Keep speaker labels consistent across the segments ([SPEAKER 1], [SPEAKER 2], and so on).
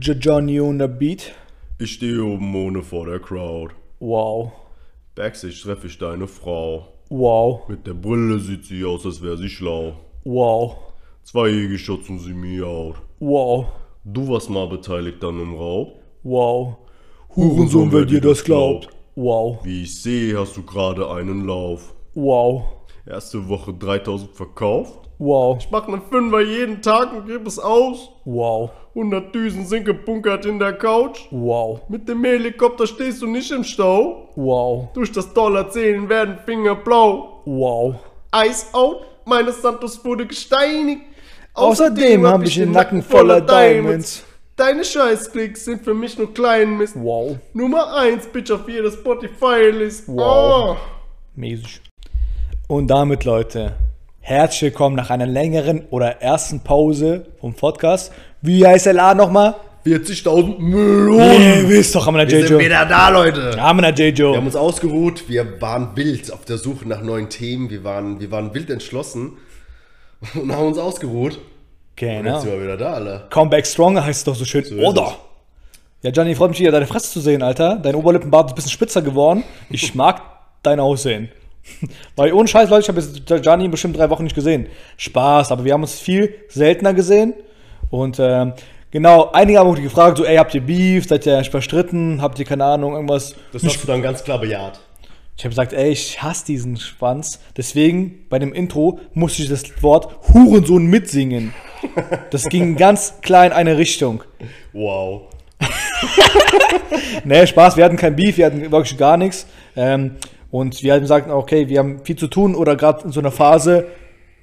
[SPEAKER 1] Johnny on the Beat.
[SPEAKER 2] Ich stehe oben ohne vor der Crowd.
[SPEAKER 1] Wow.
[SPEAKER 2] Backstage treffe ich deine Frau.
[SPEAKER 1] Wow.
[SPEAKER 2] Mit der Brille sieht sie aus, als wäre sie schlau.
[SPEAKER 1] Wow.
[SPEAKER 2] Zwei Jäger schotzen sie mir out.
[SPEAKER 1] Wow.
[SPEAKER 2] Du warst mal beteiligt an einem Raub.
[SPEAKER 1] Wow.
[SPEAKER 2] Hurensohn,
[SPEAKER 1] wer dir das glaubt. Wow.
[SPEAKER 2] Wie ich sehe, hast du gerade einen Lauf.
[SPEAKER 1] Wow.
[SPEAKER 2] Erste Woche 3000 verkauft.
[SPEAKER 1] Wow.
[SPEAKER 2] Ich mach einen Fünfer jeden Tag und gebe es aus.
[SPEAKER 1] Wow.
[SPEAKER 2] 100 Düsen sind gebunkert in der Couch.
[SPEAKER 1] Wow.
[SPEAKER 2] Mit dem Helikopter stehst du nicht im Stau.
[SPEAKER 1] Wow.
[SPEAKER 2] Durch das Dollarzählen werden Finger blau.
[SPEAKER 1] Wow.
[SPEAKER 2] Eis out, meines Santos wurde gesteinigt.
[SPEAKER 1] Außerdem hab ich den Nacken voller Diamonds.
[SPEAKER 2] Deine Scheißklicks sind für mich nur klein Mist.
[SPEAKER 1] Wow.
[SPEAKER 2] Nummer 1, Bitch, auf jeder Spotify-List. Oh.
[SPEAKER 1] Wow. Mäßig. Und damit, Leute, herzlich willkommen nach einer längeren oder ersten Pause vom Podcast. Wie heißt der Laden nochmal?
[SPEAKER 2] 40.000
[SPEAKER 1] Ihr
[SPEAKER 2] Millionen.
[SPEAKER 1] wisst doch, Amina
[SPEAKER 3] Wir sind
[SPEAKER 1] Jejo.
[SPEAKER 3] wieder da, Leute.
[SPEAKER 1] Amina Jejo.
[SPEAKER 3] Wir haben uns ausgeruht, wir waren wild auf der Suche nach neuen Themen, wir waren, wir waren wild entschlossen und haben uns ausgeruht. Und Jetzt
[SPEAKER 1] Genau.
[SPEAKER 3] sind wir wieder da, alle.
[SPEAKER 1] Comeback Stronger heißt es doch so schön,
[SPEAKER 3] ist
[SPEAKER 1] oder? Ja, Gianni, freut mich hier, deine Fresse zu sehen, Alter. Dein Oberlippenbart ist ein bisschen spitzer geworden. Ich mag dein Aussehen. Weil ohne Scheiß, Leute, ich habe jetzt Gianni bestimmt drei Wochen nicht gesehen. Spaß, aber wir haben uns viel seltener gesehen. Und ähm, genau, einige haben auch die gefragt, so, ey, habt ihr Beef, seid ihr verstritten, habt ihr, keine Ahnung, irgendwas.
[SPEAKER 3] Das hast du dann ganz klar bejaht.
[SPEAKER 1] Ich habe gesagt, ey, ich hasse diesen Schwanz. Deswegen, bei dem Intro, musste ich das Wort Hurensohn mitsingen. Das ging ganz klar in eine Richtung.
[SPEAKER 3] Wow.
[SPEAKER 1] Nee, Spaß, wir hatten kein Beef, wir hatten wirklich gar nichts. Ähm, und wir haben gesagt, okay, wir haben viel zu tun oder gerade in so einer Phase,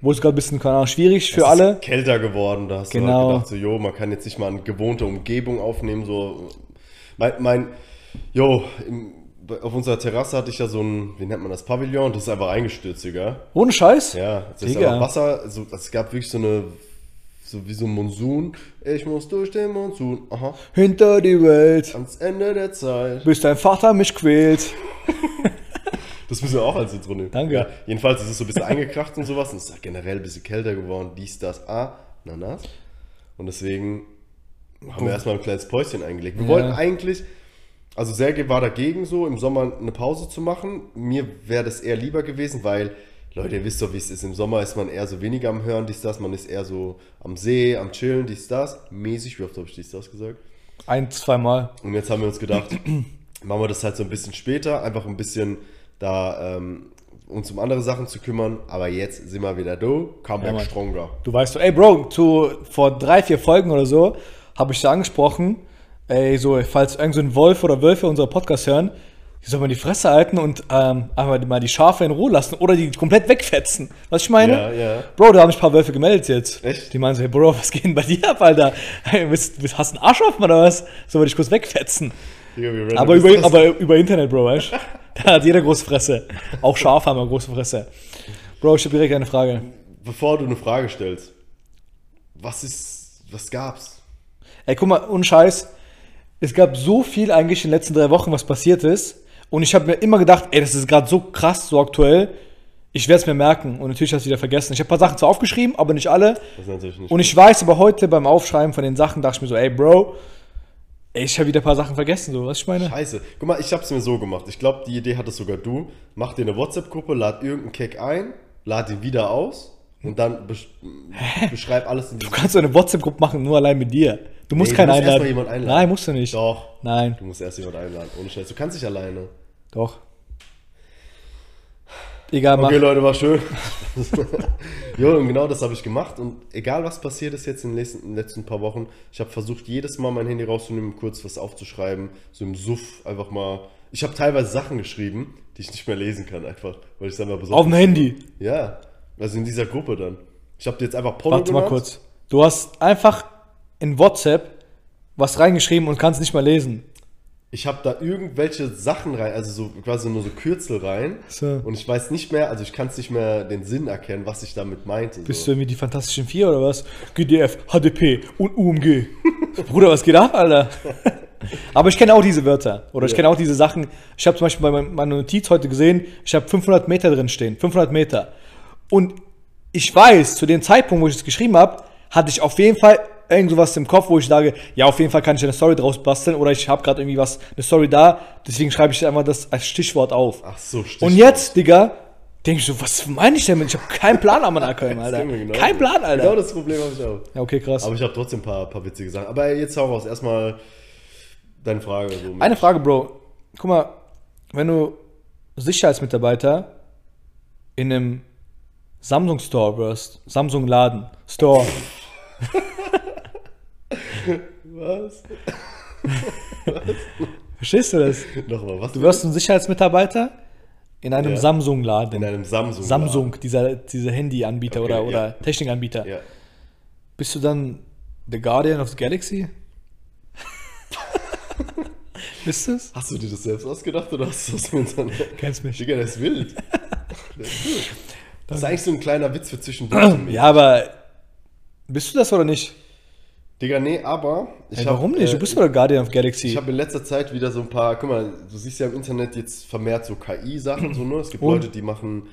[SPEAKER 1] wo es gerade ein bisschen keine Ahnung, schwierig für
[SPEAKER 3] Es
[SPEAKER 1] alle.
[SPEAKER 3] Ist kälter geworden, da hast du
[SPEAKER 1] Genau.
[SPEAKER 3] halt gedacht, so, jo, man kann jetzt nicht mal eine gewohnte Umgebung aufnehmen, so. Mein, mein jo, im, bei- auf unserer Terrasse hatte ich ja so ein, wie nennt man das, Pavillon, das ist einfach eingestürzt, Digga.
[SPEAKER 1] Ohne Scheiß?
[SPEAKER 3] Ja, es ist
[SPEAKER 1] Digga.
[SPEAKER 3] aber Wasser, also es gab wirklich so eine, so wie so ein Monsun. Ich muss durch den Monsun, aha,
[SPEAKER 1] Hinter die Welt,
[SPEAKER 3] ans Ende der Zeit.
[SPEAKER 1] bis dein Vater mich quält.
[SPEAKER 3] Das müssen wir auch als Intro nehmen.
[SPEAKER 1] Danke.
[SPEAKER 3] Ja, jedenfalls, es ist so ein bisschen eingekracht und sowas und es ist generell ein bisschen kälter geworden, dies, das, ah, na, na. Und deswegen haben wir erstmal ein kleines Päuschen eingelegt. Wir
[SPEAKER 1] Ja.
[SPEAKER 3] wollten eigentlich, also Sergej war dagegen so, im Sommer eine Pause zu machen. Mir wäre das eher lieber gewesen, weil, Leute, ihr wisst doch, wie es ist. Im Sommer ist man eher so weniger am Hören, dies, das. Man ist eher so am See, am Chillen, dies, das. Mäßig, wie oft habe ich dies, das gesagt?
[SPEAKER 1] Ein, zweimal.
[SPEAKER 3] Und jetzt haben wir uns gedacht, machen wir das halt so ein bisschen später, einfach ein bisschen da ähm, uns um andere Sachen zu kümmern. Aber jetzt sind wir wieder do,
[SPEAKER 1] Ja,
[SPEAKER 3] comeback
[SPEAKER 1] Mann.
[SPEAKER 3] stronger.
[SPEAKER 1] Du weißt so, ey Bro, zu, vor drei, vier Folgen oder so habe ich da angesprochen, ey, so, falls irgend so ein Wolf oder Wölfe unseren Podcast hören, die sollen mal die Fresse halten und ähm, einfach mal die Schafe in Ruhe lassen oder die komplett wegfetzen. Was ich meine?
[SPEAKER 3] Ja, ja.
[SPEAKER 1] Bro, da haben sich ein paar Wölfe gemeldet jetzt.
[SPEAKER 3] Echt?
[SPEAKER 1] Die meinen so, hey Bro, was geht denn bei dir ab, Alter? Hey, bist, bist, hast du einen Arsch auf, Mann, oder was? So würde ich kurz wegfetzen.
[SPEAKER 3] Digga, wie random
[SPEAKER 1] Aber
[SPEAKER 3] ist
[SPEAKER 1] über,
[SPEAKER 3] das?
[SPEAKER 1] aber über Internet, Bro, weißt du? Da hat jeder große Fresse. Auch Schafe haben eine große Fresse. Bro, ich habe direkt eine Frage.
[SPEAKER 3] Bevor du eine Frage stellst, was ist, was gab's?
[SPEAKER 1] Ey, guck mal, ohne Scheiß. Es gab so viel eigentlich in den letzten drei Wochen, was passiert ist. Und ich habe mir immer gedacht, ey, das ist gerade so krass, so aktuell. Ich werde es mir merken. Und natürlich habe ich wieder vergessen. Ich habe ein paar Sachen zwar aufgeschrieben, aber nicht alle.
[SPEAKER 3] Das ist natürlich nicht
[SPEAKER 1] Und ich weiß aber heute beim Aufschreiben von den Sachen, dachte ich mir so, ey, Bro, ey, ich habe wieder ein paar Sachen vergessen, so, was ich meine.
[SPEAKER 3] Scheiße. Guck mal, ich hab's mir so gemacht. Ich glaube, die Idee hattest sogar du. Mach dir eine WhatsApp-Gruppe, lad irgendeinen Keck ein, lad ihn wieder aus und dann besch beschreib alles in
[SPEAKER 1] Du kannst so eine WhatsApp-Gruppe machen, nur allein mit dir. Du musst
[SPEAKER 3] Nee, du
[SPEAKER 1] keinen
[SPEAKER 3] musst erst mal
[SPEAKER 1] einladen.
[SPEAKER 3] jemanden einladen.
[SPEAKER 1] Nein, musst du nicht.
[SPEAKER 3] Doch.
[SPEAKER 1] Nein,
[SPEAKER 3] Du musst erst jemand einladen. Ohne Scheiß. Du kannst nicht alleine.
[SPEAKER 1] doch. Egal, mach.
[SPEAKER 3] Okay, Leute, war schön. jo, und genau das habe ich gemacht. Und egal, was passiert ist jetzt in den letzten, in den letzten paar Wochen, ich habe versucht, jedes Mal mein Handy rauszunehmen, um kurz was aufzuschreiben. So im Suff einfach mal. Ich habe teilweise Sachen geschrieben, die ich nicht mehr lesen kann, einfach. Weil ich es einfach besorgt
[SPEAKER 1] Auf dem Handy.
[SPEAKER 3] Ja. Also in dieser Gruppe dann. Ich habe jetzt einfach Porno
[SPEAKER 1] Warte mal kurz. Du hast einfach in WhatsApp was reingeschrieben und kannst nicht mal lesen.
[SPEAKER 3] Ich habe da irgendwelche Sachen rein, also so quasi nur so Kürzel rein.
[SPEAKER 1] So.
[SPEAKER 3] Und ich weiß nicht mehr, also ich kann es nicht mehr den Sinn erkennen, was ich damit meinte.
[SPEAKER 1] Bist du irgendwie die Fantastischen Vier oder was? GDF, HDP und UMG. Bruder, was geht ab, Alter? Aber ich kenne auch diese Wörter. Oder ich
[SPEAKER 3] Ja.
[SPEAKER 1] kenne auch diese Sachen. Ich habe zum Beispiel bei mein- meiner Notiz heute gesehen, ich habe 500 Meter drin stehen. 500 Meter. Und ich weiß, zu dem Zeitpunkt, wo ich es geschrieben habe, hatte ich auf jeden Fall irgend sowas im Kopf, wo ich sage, ja, auf jeden Fall kann ich eine Story draus basteln oder ich habe gerade irgendwie was, eine Story da, deswegen schreibe ich einfach das als Stichwort auf.
[SPEAKER 3] Ach so, stimmt.
[SPEAKER 1] Und jetzt, Digga, denke ich so, was meine ich damit? Ich habe keinen Plan am Anaköln, Alter. Kein Plan, Alter.
[SPEAKER 3] Genau das Problem habe ich auch.
[SPEAKER 1] Ja, okay, krass.
[SPEAKER 3] Aber ich habe trotzdem ein paar, paar witzige Sachen. Aber jetzt hau raus. Erstmal deine Frage. So mit-
[SPEAKER 1] Eine Frage, Bro. Guck mal, wenn du Sicherheitsmitarbeiter in einem Samsung Store wirst, Samsung Laden, Store,
[SPEAKER 3] Was?
[SPEAKER 1] verstehst du das?
[SPEAKER 3] Nochmal, was?
[SPEAKER 1] Du wirst ein Sicherheitsmitarbeiter in einem
[SPEAKER 3] Ja.
[SPEAKER 1] Samsung Laden.
[SPEAKER 3] in einem Samsung.
[SPEAKER 1] Samsung, dieser, dieser Handy-Anbieter
[SPEAKER 3] Okay,
[SPEAKER 1] oder,
[SPEAKER 3] ja.
[SPEAKER 1] oder Technikanbieter.
[SPEAKER 3] Ja.
[SPEAKER 1] Bist du dann The Guardian of the Galaxy? Bist du es?
[SPEAKER 3] Hast du dir das selbst ausgedacht oder hast du das mit so einer.
[SPEAKER 1] Kennst mich.
[SPEAKER 3] Digga, das ist wild. Das ist, wild. das ist eigentlich so ein kleiner Witz für zwischendurch. von mir.
[SPEAKER 1] Ja, aber bist du das oder nicht?
[SPEAKER 3] Digga, nee, aber. Ich
[SPEAKER 1] Ey,
[SPEAKER 3] hab,
[SPEAKER 1] warum nicht?
[SPEAKER 3] äh,
[SPEAKER 1] Du bist doch der Guardian of Galaxy.
[SPEAKER 3] Ich habe in letzter Zeit wieder so ein paar, guck mal, du siehst ja im Internet jetzt vermehrt so KI-Sachen so, ne? Es gibt
[SPEAKER 1] Und?
[SPEAKER 3] Leute, die machen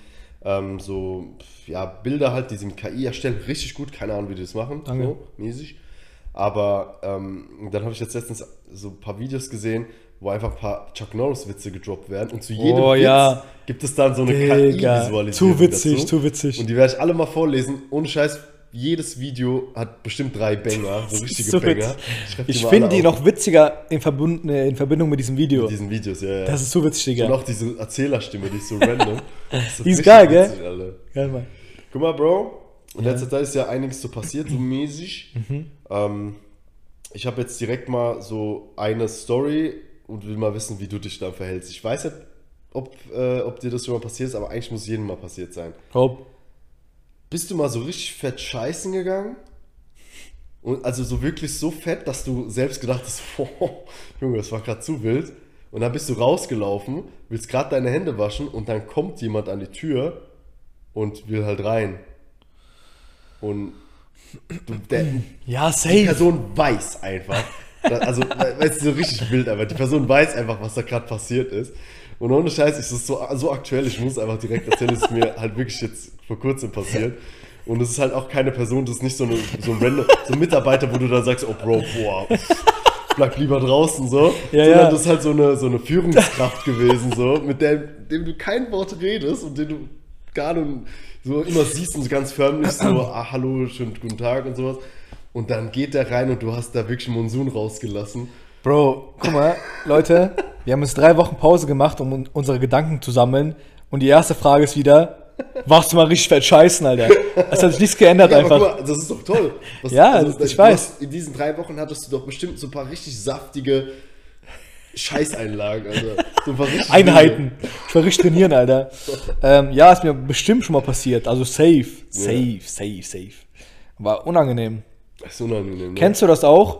[SPEAKER 3] ähm, so, ja, Bilder halt, die sie mit KI erstellen, richtig gut, keine Ahnung, wie die das machen,
[SPEAKER 1] Danke.
[SPEAKER 3] so, mäßig. Aber ähm, dann habe ich jetzt letztens so ein paar Videos gesehen, wo einfach ein paar Chuck Norris-Witze gedroppt werden und zu jedem
[SPEAKER 1] Oh,
[SPEAKER 3] Witz
[SPEAKER 1] ja.
[SPEAKER 3] gibt es dann so eine
[SPEAKER 1] Digga,
[SPEAKER 3] KI-Visualisierung.
[SPEAKER 1] zu witzig, zu witzig.
[SPEAKER 3] Und die werde ich alle mal vorlesen, ohne Scheiß. Jedes Video hat bestimmt drei Banger, so richtige
[SPEAKER 1] So
[SPEAKER 3] Banger.
[SPEAKER 1] witzig.
[SPEAKER 3] schreib
[SPEAKER 1] Ich
[SPEAKER 3] mal
[SPEAKER 1] finde
[SPEAKER 3] alle
[SPEAKER 1] die
[SPEAKER 3] auf.
[SPEAKER 1] noch witziger in, Verbund, äh, in Verbindung mit diesem Video.
[SPEAKER 3] In diesen Videos, ja. ja.
[SPEAKER 1] Das ist zu witzig,
[SPEAKER 3] Und
[SPEAKER 1] Digga.
[SPEAKER 3] auch diese Erzählerstimme, die ist so random. Das
[SPEAKER 1] Die ist
[SPEAKER 3] richtig
[SPEAKER 1] geil, gell?
[SPEAKER 3] witzig, Alter.
[SPEAKER 1] Geil, Mann.
[SPEAKER 3] Guck mal, Bro, in letzter Zeit ist ja einiges so passiert, so mäßig.
[SPEAKER 1] Mhm.
[SPEAKER 3] ähm, ich habe jetzt direkt mal so eine Story und will mal wissen, wie du dich da verhältst. Ich weiß nicht, ob, äh, ob dir das schon mal passiert ist, aber eigentlich muss jedem mal passiert sein.
[SPEAKER 1] Rob,
[SPEAKER 3] Bist du mal so richtig fett scheißen gegangen? Und also so wirklich so fett, dass du selbst gedacht hast, boah, Junge, das war gerade zu wild. Und dann bist du rausgelaufen, willst gerade deine Hände waschen und dann kommt jemand an die Tür und will halt rein. Und du, der,
[SPEAKER 1] Ja,
[SPEAKER 3] die
[SPEAKER 1] safe.
[SPEAKER 3] Person weiß einfach. Da- Also, weißt du, so richtig wild einfach. Die Person weiß einfach, was da gerade passiert ist. Und ohne Scheiß, es ist so, so aktuell, ich muss einfach direkt erzählen, es ist mir halt wirklich jetzt vor kurzem passiert. Und es ist halt auch keine Person, das ist nicht so, eine, so ein random, so ein Mitarbeiter, wo du dann sagst, oh Bro, boah, bleib lieber draußen so.
[SPEAKER 1] Ja,
[SPEAKER 3] Sondern
[SPEAKER 1] ja.
[SPEAKER 3] das ist halt so eine, so eine Führungskraft gewesen, so, mit der, dem du kein Wort redest und den du gar nicht so immer siehst und so ganz förmlich so, ah, hallo, schönen guten Tag und sowas. Und dann geht der rein und du hast da wirklich einen Monsun rausgelassen.
[SPEAKER 1] Bro, guck mal, Leute, wir haben jetzt drei Wochen Pause gemacht, um un- unsere Gedanken zu sammeln. Und die erste Frage ist wieder, warst du mal richtig fett scheißen, Alter? Es hat sich nichts geändert
[SPEAKER 3] Ja,
[SPEAKER 1] einfach.
[SPEAKER 3] aber guck mal, das ist doch toll. Was- also,
[SPEAKER 1] Ja, ich
[SPEAKER 3] du
[SPEAKER 1] weiß.
[SPEAKER 3] Hast, in diesen drei Wochen hattest du doch bestimmt so ein paar richtig saftige Scheißeinlagen. Also, so ein paar richtig
[SPEAKER 1] Einheiten. Ich war richtig trainieren, Alter. Ähm, ja, ist mir bestimmt schon mal passiert. Also safe, safe, safe, safe. War unangenehm.
[SPEAKER 3] Das ist unangenehm. Ne?
[SPEAKER 1] Kennst du das auch?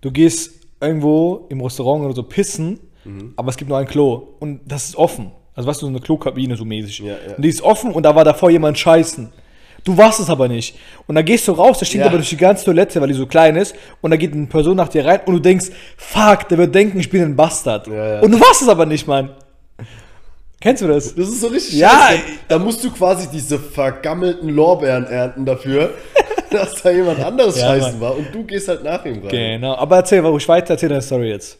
[SPEAKER 1] Du gehst irgendwo im Restaurant oder so pissen,
[SPEAKER 3] Mhm.
[SPEAKER 1] aber es gibt nur ein Klo und das ist offen. Also weißt du, so eine Klokabine so mäßig.
[SPEAKER 3] Ja, ja.
[SPEAKER 1] Und die ist offen und da war davor jemand scheißen. Du warst es aber nicht. Und dann gehst du raus, der stinkt
[SPEAKER 3] Ja.
[SPEAKER 1] aber durch die ganze Toilette, weil die so klein ist. Und da geht eine Person nach dir rein und du denkst, fuck, der wird denken, ich bin ein Bastard.
[SPEAKER 3] Ja, ja.
[SPEAKER 1] Und du warst es aber nicht, Mann. Kennst du das?
[SPEAKER 3] Das ist so richtig
[SPEAKER 1] Ja,
[SPEAKER 3] scheiße. Da musst du quasi diese vergammelten Lorbeeren ernten dafür, dass da jemand anderes
[SPEAKER 1] Ja,
[SPEAKER 3] scheißen
[SPEAKER 1] Mann.
[SPEAKER 3] war und du gehst halt nach ihm rein.
[SPEAKER 1] Genau. Aber erzähl mal ruhig weiter, erzähl deine Story jetzt.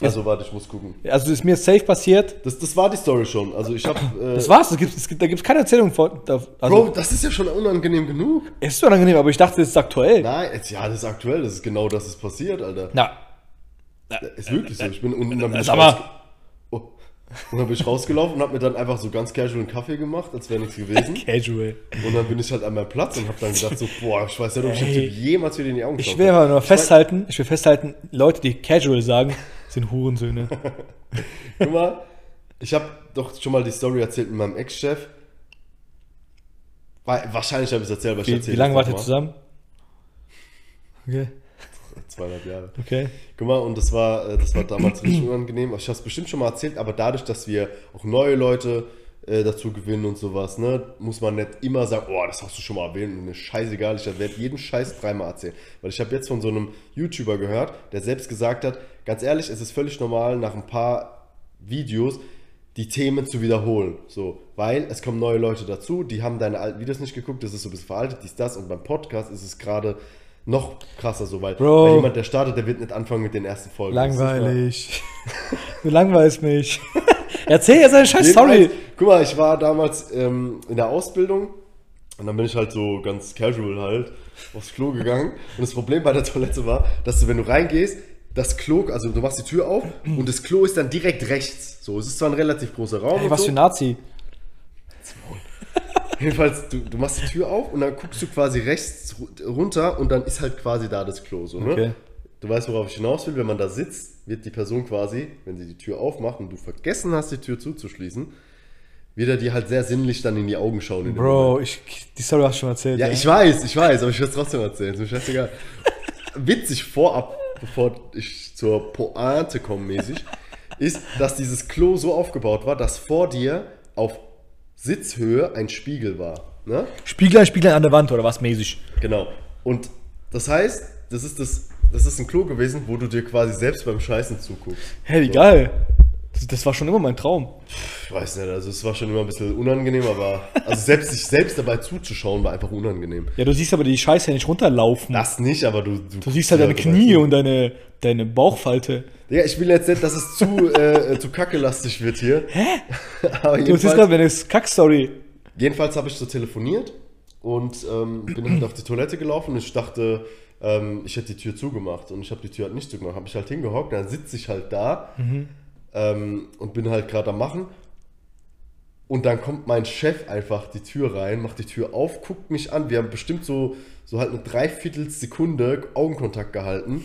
[SPEAKER 3] Also warte, ich muss gucken.
[SPEAKER 1] Also ist mir safe passiert.
[SPEAKER 3] Das, das war die Story schon. Also ich habe. Äh,
[SPEAKER 1] Das war's, das gibt, es gibt, da gibt es keine Erzählung von. Da, also-
[SPEAKER 3] Bro, das ist ja schon unangenehm genug.
[SPEAKER 1] Es ist unangenehm, aber ich dachte, es ist aktuell.
[SPEAKER 3] Nein, jetzt, ja, das ist aktuell. Das ist genau das, ist passiert, Alter.
[SPEAKER 1] Na,
[SPEAKER 3] Ist wirklich so. Ich bin unten dann bin ich
[SPEAKER 1] sag mal.
[SPEAKER 3] rausge- Oh. Und dann bin ich rausgelaufen und habe mir dann einfach so ganz casual einen Kaffee gemacht, als wäre nichts gewesen.
[SPEAKER 1] casual.
[SPEAKER 3] Und dann bin ich halt an meinem Platz und habe dann gedacht so, boah, ich weiß nicht, ob ich dem Typ jemals wieder in die Augen
[SPEAKER 1] Ich
[SPEAKER 3] schauen
[SPEAKER 1] will
[SPEAKER 3] kann.
[SPEAKER 1] aber nur festhalten, ich will festhalten, Leute, die casual sagen, sind Hurensöhne.
[SPEAKER 3] Guck mal, ich habe doch schon mal die Story erzählt mit meinem Ex-Chef. Wa- Wahrscheinlich habe ich es erzählt, aber ich
[SPEAKER 1] Wie,
[SPEAKER 3] erzähle
[SPEAKER 1] wie lange
[SPEAKER 3] es
[SPEAKER 1] wart ihr
[SPEAKER 3] nochmal.
[SPEAKER 1] zusammen? Okay.
[SPEAKER 3] Zweieinhalb Jahre.
[SPEAKER 1] Okay.
[SPEAKER 3] Guck mal, und das war, äh, das war damals richtig unangenehm. Ich habe es bestimmt schon mal erzählt, aber dadurch, dass wir auch neue Leute äh, dazu gewinnen und sowas, ne, muss man nicht immer sagen, oh, das hast du schon mal erwähnt und mir scheißegal, ich werde jeden Scheiß dreimal erzählen. Weil ich habe jetzt von so einem YouTuber gehört, der selbst gesagt hat, ganz ehrlich, es ist völlig normal, nach ein paar Videos die Themen zu wiederholen. So, weil es kommen neue Leute dazu, die haben deine alten Videos nicht geguckt, das ist so ein bisschen veraltet, dies, das und beim Podcast ist es gerade Noch krasser so, weil
[SPEAKER 1] Bro.
[SPEAKER 3] wenn jemand, der startet, der wird nicht anfangen mit den ersten Folgen.
[SPEAKER 1] Langweilig. du langweilst mich. Erzähl jetzt eine scheiß
[SPEAKER 3] Sorry.
[SPEAKER 1] Story.
[SPEAKER 3] Guck mal, ich war damals ähm, in der Ausbildung und dann bin ich halt so ganz casual halt aufs Klo gegangen. Und das Problem bei der Toilette war, dass du, wenn du reingehst, das Klo, also du machst die Tür auf und das Klo ist dann direkt rechts. So, es ist zwar ein relativ großer Raum.
[SPEAKER 1] Ey,
[SPEAKER 3] und
[SPEAKER 1] was
[SPEAKER 3] so.
[SPEAKER 1] für ein Nazi.
[SPEAKER 3] Jedenfalls, du, du machst die Tür auf und dann guckst du quasi rechts ru- runter und dann ist halt quasi da das Klo. So, ne?
[SPEAKER 1] Okay.
[SPEAKER 3] Du weißt, worauf ich hinaus will. Wenn man da sitzt, wird die Person quasi, wenn sie die Tür aufmacht und du vergessen hast, die Tür zuzuschließen, wird er dir halt sehr sinnlich dann in die Augen schauen. In dem Moment.
[SPEAKER 1] Bro, ich, die Story hast du schon erzählt.
[SPEAKER 3] Ja, ich weiß, ich weiß, aber ich will es trotzdem erzählen. Ist mir scheißegal. Witzig vorab, bevor ich zur Pointe komme mäßig, ist, dass dieses Klo so aufgebaut war, dass vor dir auf Sitzhöhe ein Spiegel war. Ne?
[SPEAKER 1] Spieglein, Spieglein an der Wand oder was mäßig?
[SPEAKER 3] Genau. Und das heißt, das ist das, das ist ein Klo gewesen, wo du dir quasi selbst beim Scheißen zuguckst.
[SPEAKER 1] Hey, wie geil. Das, das war schon immer mein Traum.
[SPEAKER 3] Ich weiß nicht, also es war schon immer ein bisschen unangenehm, aber also selbst sich selbst dabei zuzuschauen war einfach unangenehm.
[SPEAKER 1] Ja, du siehst aber die Scheiße ja nicht runterlaufen.
[SPEAKER 3] Das nicht, aber du du,
[SPEAKER 1] du siehst halt deine Knie und deine, deine Bauchfalte.
[SPEAKER 3] Ja, ich will jetzt nicht, dass es zu äh, äh, zu kackelastig wird hier. Hä? Aber
[SPEAKER 1] Du siehst halt,
[SPEAKER 3] jedenfalls,
[SPEAKER 1] wenn es Kack-Story.
[SPEAKER 3] jedenfalls habe ich so telefoniert und ähm, bin halt auf die Toilette gelaufen und ich dachte ähm, ich hätte die Tür zugemacht und ich habe die Tür halt nicht zugemacht. Habe ich halt hingehockt, dann sitze ich halt da ähm, und bin halt gerade am Machen. Und dann kommt mein Chef einfach die Tür rein, macht die Tür auf, guckt mich an. Wir haben bestimmt so, so halt eine Dreiviertelsekunde Augenkontakt gehalten.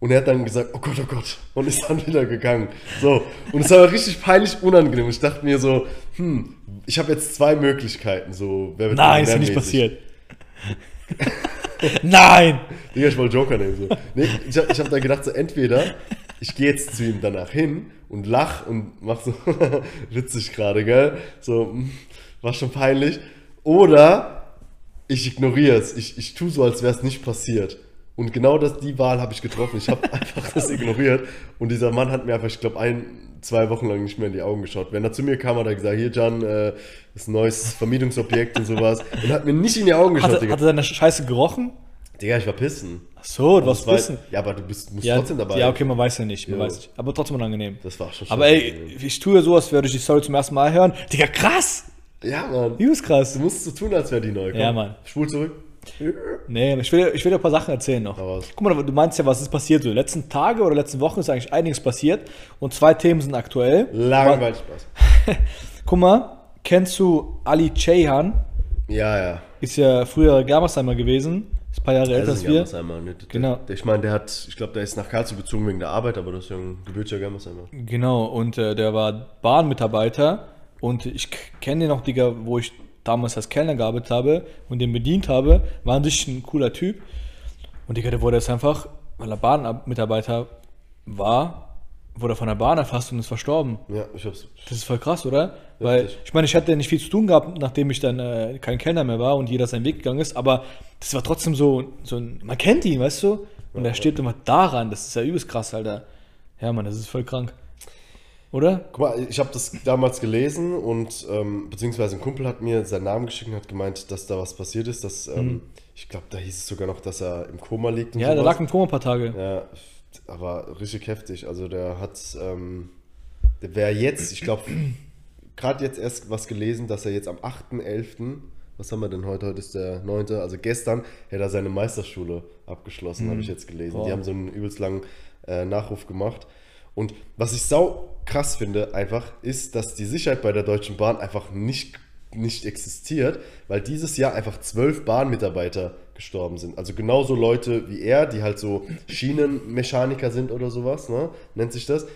[SPEAKER 3] Und er hat dann gesagt, oh Gott, oh Gott. Und ist dann wieder gegangen. So. Und es war richtig peinlich unangenehm. Ich dachte mir so, hm, ich habe jetzt zwei Möglichkeiten. So, wer wird
[SPEAKER 1] Nein, ist mir nicht
[SPEAKER 3] millionärmäßig.
[SPEAKER 1] passiert. Nein!
[SPEAKER 3] Digga, ich wollte Joker nehmen. So. Nee, ich habe ich hab dann gedacht, so entweder ich gehe jetzt zu ihm danach hin und lach und mach so witzig gerade, gell? So, mm, war schon peinlich. Oder ich ignoriere es. Ich, ich tue so, als wäre es nicht passiert. Und genau das, die Wahl habe ich getroffen. Ich habe einfach das ignoriert. Und dieser Mann hat mir einfach, ich glaube, ein, zwei Wochen lang nicht mehr in die Augen geschaut. Wenn er zu mir kam, hat er gesagt, hier, Jan, äh, das ist ein neues Vermietungsobjekt und sowas. Und hat mir nicht in die Augen geschaut,
[SPEAKER 1] Hat, er-
[SPEAKER 3] Digga.
[SPEAKER 1] hat er seine Scheiße gerochen?
[SPEAKER 3] Digga, ich war pissen.
[SPEAKER 1] Ach so, du warst
[SPEAKER 3] Das war-
[SPEAKER 1] wissen.
[SPEAKER 3] Ja, aber du bist, musst
[SPEAKER 1] Ja,
[SPEAKER 3] trotzdem dabei.
[SPEAKER 1] ja, okay, man weiß ja nicht, man
[SPEAKER 3] Jo.
[SPEAKER 1] weiß nicht. Aber trotzdem unangenehm.
[SPEAKER 3] Das war schon
[SPEAKER 1] Aber
[SPEAKER 3] scheiße.
[SPEAKER 1] ey, ich tue ja so, als würde ich die Story zum ersten Mal hören. Digga, krass!
[SPEAKER 3] Ja, Mann. Du
[SPEAKER 1] Übelst krass.
[SPEAKER 3] musst so tun, als wäre die neu. Komm,
[SPEAKER 1] Ja, Mann.
[SPEAKER 3] Spul zurück.
[SPEAKER 1] Nee, ich will, ich will dir ein paar Sachen erzählen noch.
[SPEAKER 3] Hau raus.
[SPEAKER 1] Guck mal, du meinst ja, was ist passiert? So, die letzten Tage oder letzten Wochen ist eigentlich einiges passiert. Und zwei Themen sind aktuell.
[SPEAKER 3] Langweilig Spaß.
[SPEAKER 1] Aber- Guck mal, kennst du Ali Ceyhan?
[SPEAKER 3] Ja, ja.
[SPEAKER 1] Ist ja früher Germersheimer gewesen. Ist ein paar Jahre älter als wir.
[SPEAKER 3] Germersheimer. Ne? Der-
[SPEAKER 1] Genau.
[SPEAKER 3] Der, ich meine, der hat, ich glaube, der ist nach Karlsruhe gezogen wegen der Arbeit, aber das ist ja ein gebürtiger Germersheimer.
[SPEAKER 1] Genau, und äh, der war Bahnmitarbeiter und ich k- kenne den noch, Digga, wo ich damals als Kellner gearbeitet habe und den bedient habe, war an sich ein cooler Typ. Und Digga, der wurde jetzt einfach, weil er Bahnmitarbeiter war, wurde er von der Bahn erfasst und ist verstorben.
[SPEAKER 3] Ja, ich hab's.
[SPEAKER 1] Das ist voll krass, oder? Weil,
[SPEAKER 3] Heftig.
[SPEAKER 1] ich meine, ich hatte ja nicht viel zu tun gehabt, nachdem ich dann äh, kein Kellner mehr war und jeder seinen Weg gegangen ist, aber das war trotzdem so, so ein, man kennt ihn, weißt du? Und er stirbt immer daran, das ist ja übelst krass, Alter. Ja, Mann, das ist voll krank. Oder?
[SPEAKER 3] Guck mal, ich habe das damals gelesen und ähm, beziehungsweise ein Kumpel hat mir seinen Namen geschickt und hat gemeint, dass da was passiert ist. Dass, ähm, Ich glaube, da hieß es sogar noch, dass er im Koma liegt. Und
[SPEAKER 1] Mhm. Ja, der
[SPEAKER 3] sowas.
[SPEAKER 1] lag im Koma ein paar Tage.
[SPEAKER 3] Ja, aber richtig heftig. Also der hat, ähm, der wäre jetzt, ich glaube, gerade jetzt erst was gelesen, dass er jetzt am 8.11., was haben wir denn heute? Heute ist der 9., also gestern, hätte er seine Meisterschule abgeschlossen, habe ich jetzt gelesen.
[SPEAKER 1] Boah.
[SPEAKER 3] Die haben so einen übelst langen äh, Nachruf gemacht. Und was ich sau krass finde einfach, ist, dass die Sicherheit bei der Deutschen Bahn einfach nicht, nicht existiert, weil dieses Jahr einfach zwölf Bahnmitarbeiter gestorben sind. Also genauso Leute wie er, die halt so Schienenmechaniker sind oder sowas, ne? nennt sich das.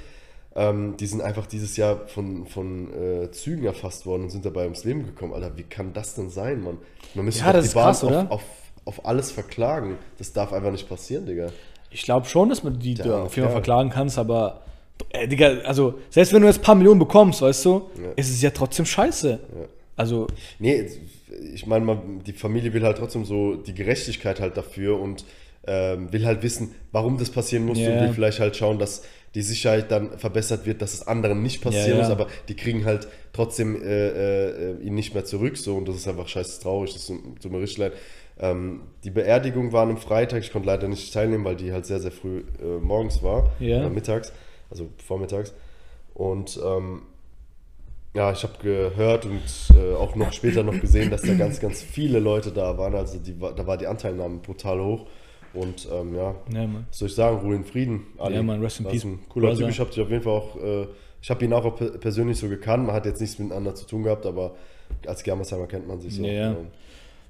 [SPEAKER 3] Ähm, die sind einfach dieses Jahr von, von äh, Zügen erfasst worden und sind dabei ums Leben gekommen. Alter, wie kann das denn sein, Mann? Man müsste
[SPEAKER 1] Ja,
[SPEAKER 3] doch
[SPEAKER 1] das ist krass,
[SPEAKER 3] auf,
[SPEAKER 1] oder?
[SPEAKER 3] Auf, auf alles verklagen. Das darf einfach nicht passieren, Digga.
[SPEAKER 1] Ich glaube schon, dass man die
[SPEAKER 3] Der
[SPEAKER 1] Firma
[SPEAKER 3] arme Kerl.
[SPEAKER 1] verklagen kannst, aber. Äh, Digga, also, selbst wenn du jetzt ein paar Millionen bekommst, weißt du, ist es ja trotzdem scheiße. Also,
[SPEAKER 3] Nee, ich meine, man- die Familie will halt trotzdem so die Gerechtigkeit halt dafür und ähm, will halt wissen, warum das passieren musste
[SPEAKER 1] Ja.
[SPEAKER 3] und will vielleicht halt schauen, dass die Sicherheit dann verbessert wird, dass es anderen nicht passieren
[SPEAKER 1] Ja, ja.
[SPEAKER 3] muss, aber die kriegen halt trotzdem äh, äh, äh, ihn nicht mehr zurück so und das ist einfach scheiß traurig, das tut mir richtig leid. Ähm, die Beerdigung war an einem Freitag, ich konnte leider nicht teilnehmen, weil die halt sehr, sehr früh äh, morgens war,
[SPEAKER 1] Ja.
[SPEAKER 3] oder mittags, also vormittags. Und ähm, ja, ich habe gehört und äh, auch noch später noch gesehen, dass da ganz, ganz viele Leute da waren. Also die, wa- da war die Anteilnahme brutal hoch. Und ähm, ja,
[SPEAKER 1] Ja, ne, Mann.
[SPEAKER 3] was soll ich sagen, Ruhe in Frieden. Ali.
[SPEAKER 1] Ja, Mann, rest in
[SPEAKER 3] Das
[SPEAKER 1] peace,
[SPEAKER 3] ist Ein cooler
[SPEAKER 1] Brother.
[SPEAKER 3] Typ, ich habe dich auf jeden Fall auch, äh, ich habe ihn auch pe- persönlich so gekannt. Man hat jetzt nichts miteinander zu tun gehabt, aber als Germersheimer kennt man sich so.
[SPEAKER 1] Ja, ja.
[SPEAKER 3] Genau.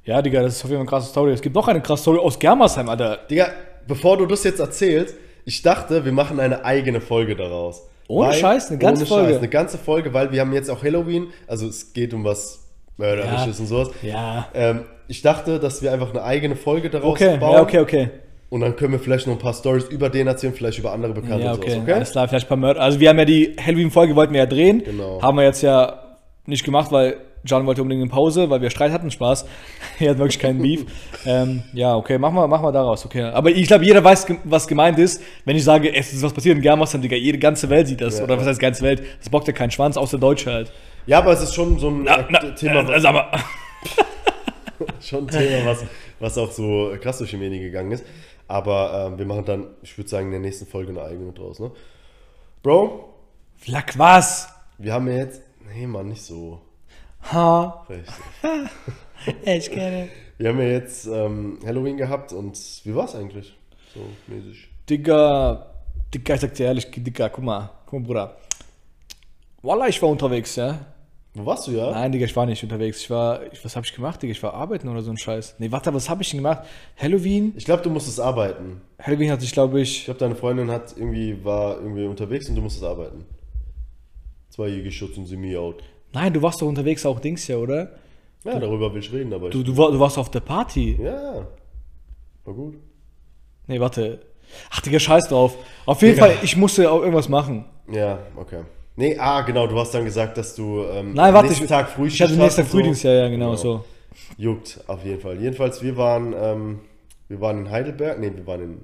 [SPEAKER 1] Ja, Digga, das ist auf jeden Fall eine krasse Story. Es gibt noch eine krasse Story aus Germersheim, Alter.
[SPEAKER 3] Digga, bevor du das jetzt erzählst, ich dachte, wir machen eine eigene Folge daraus.
[SPEAKER 1] Ohne Scheiß, eine ganze Folge.
[SPEAKER 3] eine ganze Folge, weil wir haben jetzt auch Halloween, also es geht um was Mörderisches
[SPEAKER 1] Ja.
[SPEAKER 3] und sowas.
[SPEAKER 1] Ja.
[SPEAKER 3] Ähm, ich dachte, dass wir einfach eine eigene Folge daraus
[SPEAKER 1] Okay,
[SPEAKER 3] bauen.
[SPEAKER 1] ja, okay, okay.
[SPEAKER 3] Und dann können wir vielleicht noch ein paar Stories über den erzählen, vielleicht über andere Bekannte
[SPEAKER 1] Ja,
[SPEAKER 3] und
[SPEAKER 1] okay.
[SPEAKER 3] sowas, okay?
[SPEAKER 1] Alles klar, vielleicht ein paar Mörder. Also wir haben ja die Halloween-Folge, wollten wir ja drehen.
[SPEAKER 3] Genau.
[SPEAKER 1] Haben wir jetzt ja nicht gemacht, weil John wollte unbedingt eine Pause, weil wir Streit hatten, Spaß. er hat wirklich keinen Beef. ähm, ja, okay, machen wir, machen wir daraus, okay. Aber ich glaube, jeder weiß, gem- was gemeint ist, wenn ich sage, es ist was passiert in Germersheim, Digga, jede ganze Welt sieht das.
[SPEAKER 3] Ja,
[SPEAKER 1] Oder
[SPEAKER 3] ja.
[SPEAKER 1] was heißt ganze Welt? Das bockt ja keinen Schwanz, außer Deutsche halt.
[SPEAKER 3] Ja, aber es ist schon so ein äh, Thema,
[SPEAKER 1] äh, sag mal.
[SPEAKER 3] schon ein Thema was, was auch so krass durch die Medien gegangen ist. Aber ähm, wir machen dann, ich würde sagen, in der nächsten Folge eine eigene draus, ne? Bro,
[SPEAKER 1] Flack was?
[SPEAKER 3] wir haben ja jetzt. Nee, Mann, nicht so.
[SPEAKER 1] Ha,
[SPEAKER 3] Richtig.
[SPEAKER 1] ich kenne.
[SPEAKER 3] Wir haben ja jetzt ähm, Halloween gehabt und wie war's eigentlich? So mäßig.
[SPEAKER 1] Digga, Digga, ich sag dir ehrlich, Digga, guck mal, guck mal, Bruder. Wallah, ich war unterwegs, ja.
[SPEAKER 3] Wo warst du ja?
[SPEAKER 1] Nein, Digga, ich war nicht unterwegs. Ich war, ich, was habe ich gemacht, Digga? Ich war arbeiten oder so ein Scheiß. Nee, warte, was habe ich denn gemacht? Halloween?
[SPEAKER 3] Ich glaube, du musstest arbeiten.
[SPEAKER 1] Halloween hatte ich, glaube
[SPEAKER 3] Ich
[SPEAKER 1] ich,
[SPEAKER 3] glaube, deine Freundin hat irgendwie, war irgendwie unterwegs und du musstest arbeiten. Zweijährige Schutz und Semi-Out.
[SPEAKER 1] nein, du warst doch unterwegs auch Dings ja, oder?
[SPEAKER 3] Ja, darüber will ich reden, aber
[SPEAKER 1] Du,
[SPEAKER 3] ich,
[SPEAKER 1] du, war- du warst auf der Party.
[SPEAKER 3] Ja, war gut.
[SPEAKER 1] Nee, warte. Ach, Digga, scheiß drauf. Auf jeden
[SPEAKER 3] Digga.
[SPEAKER 1] Fall, ich musste auch irgendwas machen.
[SPEAKER 3] Ja, okay. Nee, ah, genau, du hast dann gesagt, dass du ähm,
[SPEAKER 1] Nein, warte, ich,
[SPEAKER 3] nächsten Tag
[SPEAKER 1] ich
[SPEAKER 3] Frühschicht
[SPEAKER 1] hatte
[SPEAKER 3] hast
[SPEAKER 1] nächster
[SPEAKER 3] und so.
[SPEAKER 1] Frühlings, ja, ja, genau,
[SPEAKER 3] Genau.
[SPEAKER 1] so.
[SPEAKER 3] Juckt, auf jeden Fall. Jedenfalls, wir waren, ähm, wir waren in Heidelberg, nee, wir waren in,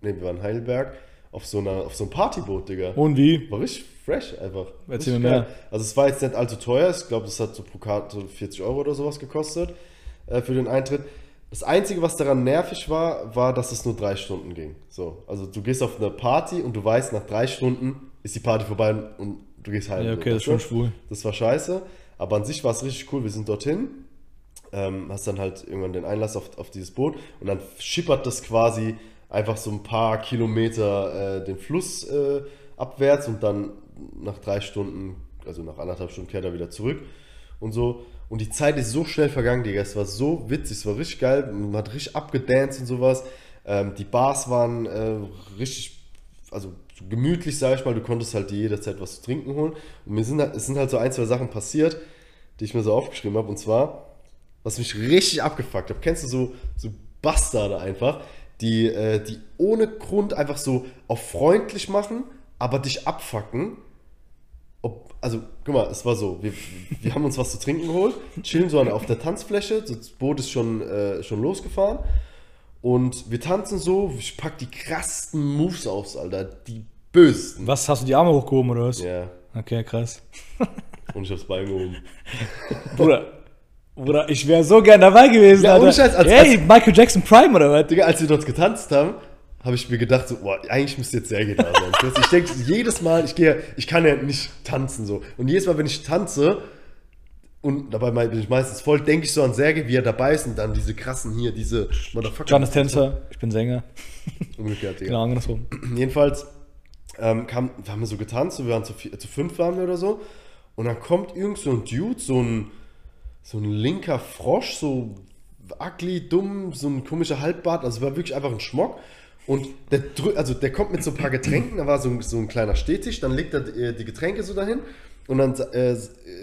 [SPEAKER 3] nee, wir waren in Heidelberg auf so, einer, auf so einem Partyboot, Digga.
[SPEAKER 1] Und wie?
[SPEAKER 3] War richtig fresh einfach.
[SPEAKER 1] Erzähl
[SPEAKER 3] Richtig
[SPEAKER 1] mir
[SPEAKER 3] geil.
[SPEAKER 1] mehr.
[SPEAKER 3] Also es war jetzt nicht allzu teuer. Ich glaube, das hat so pro Karte 40 Euro oder sowas gekostet äh, für den Eintritt. Das Einzige, was daran nervig war, war, dass es nur drei Stunden ging. So, also du gehst auf eine Party und du weißt, nach drei Stunden ist die Party vorbei und, und du gehst heim.
[SPEAKER 1] Ja, okay, das ist
[SPEAKER 3] Weißt du?
[SPEAKER 1] schon schwul.
[SPEAKER 3] Das war scheiße. Aber an sich war es richtig cool. Wir sind dorthin, ähm, hast dann halt irgendwann den Einlass auf, auf dieses Boot und dann schippert das quasi einfach so ein paar Kilometer äh, den Fluss äh, abwärts und dann nach drei Stunden, also nach anderthalb Stunden kehrt er wieder zurück und so. Und die Zeit ist so schnell vergangen, Digga. Es war so witzig, es war richtig geil. Man hat richtig abgedanced und sowas. Ähm, die Bars waren äh, richtig, also gemütlich, sag ich mal. Du konntest halt dir jederzeit was zu trinken holen. Und mir sind, halt- es sind halt so ein, zwei Sachen passiert, die ich mir so aufgeschrieben habe. Und zwar, was mich richtig abgefuckt hat. Kennst du so, so Bastarde einfach, die, äh, die ohne Grund einfach so auf freundlich machen, aber dich abfucken? Ob, also, guck mal, es war so, wir, wir haben uns was zu trinken geholt, chillen so an- auf der Tanzfläche, das Boot ist schon, äh, schon losgefahren und wir tanzen so, ich pack die krassesten Moves aus, Alter, die bösesten.
[SPEAKER 1] Was, hast du die Arme hochgehoben oder was?
[SPEAKER 3] Ja,
[SPEAKER 1] Okay, krass.
[SPEAKER 3] und ich hab's Bein gehoben.
[SPEAKER 1] Bruder, Bruder, ich wäre so gern dabei gewesen,
[SPEAKER 3] Ja, ohne
[SPEAKER 1] Alter.
[SPEAKER 3] Scheiß, als-
[SPEAKER 1] hey, Michael Jackson Prime oder was?
[SPEAKER 3] Digga, als wir dort getanzt haben, habe ich mir gedacht, so, boah, eigentlich müsste jetzt Sergej da sein. Weißt du, ich denke, jedes Mal, ich gehe, ich kann ja nicht tanzen so. Und jedes Mal, wenn ich tanze, und dabei mei- bin ich meistens voll, denke ich so an Sergej, wie er dabei ist und dann diese krassen hier, diese Motherfucker.
[SPEAKER 1] John ist Tänzer, ich bin Sänger.
[SPEAKER 3] Umgekehrt, Digga.
[SPEAKER 1] Genau, andersrum.
[SPEAKER 3] Jedenfalls ähm, kam, wir haben so getanzt, so wir waren zu, vier, zu fünf waren wir oder so. Und dann kommt irgend so ein Dude, so ein, so ein linker Frosch, so ugly, dumm, so ein komischer Halbbart. Also war wirklich einfach ein Schmock. Und der, drü- also der kommt mit so ein paar Getränken, da war so ein, so ein kleiner Stehtisch, dann legt er äh, die Getränke so dahin und dann äh,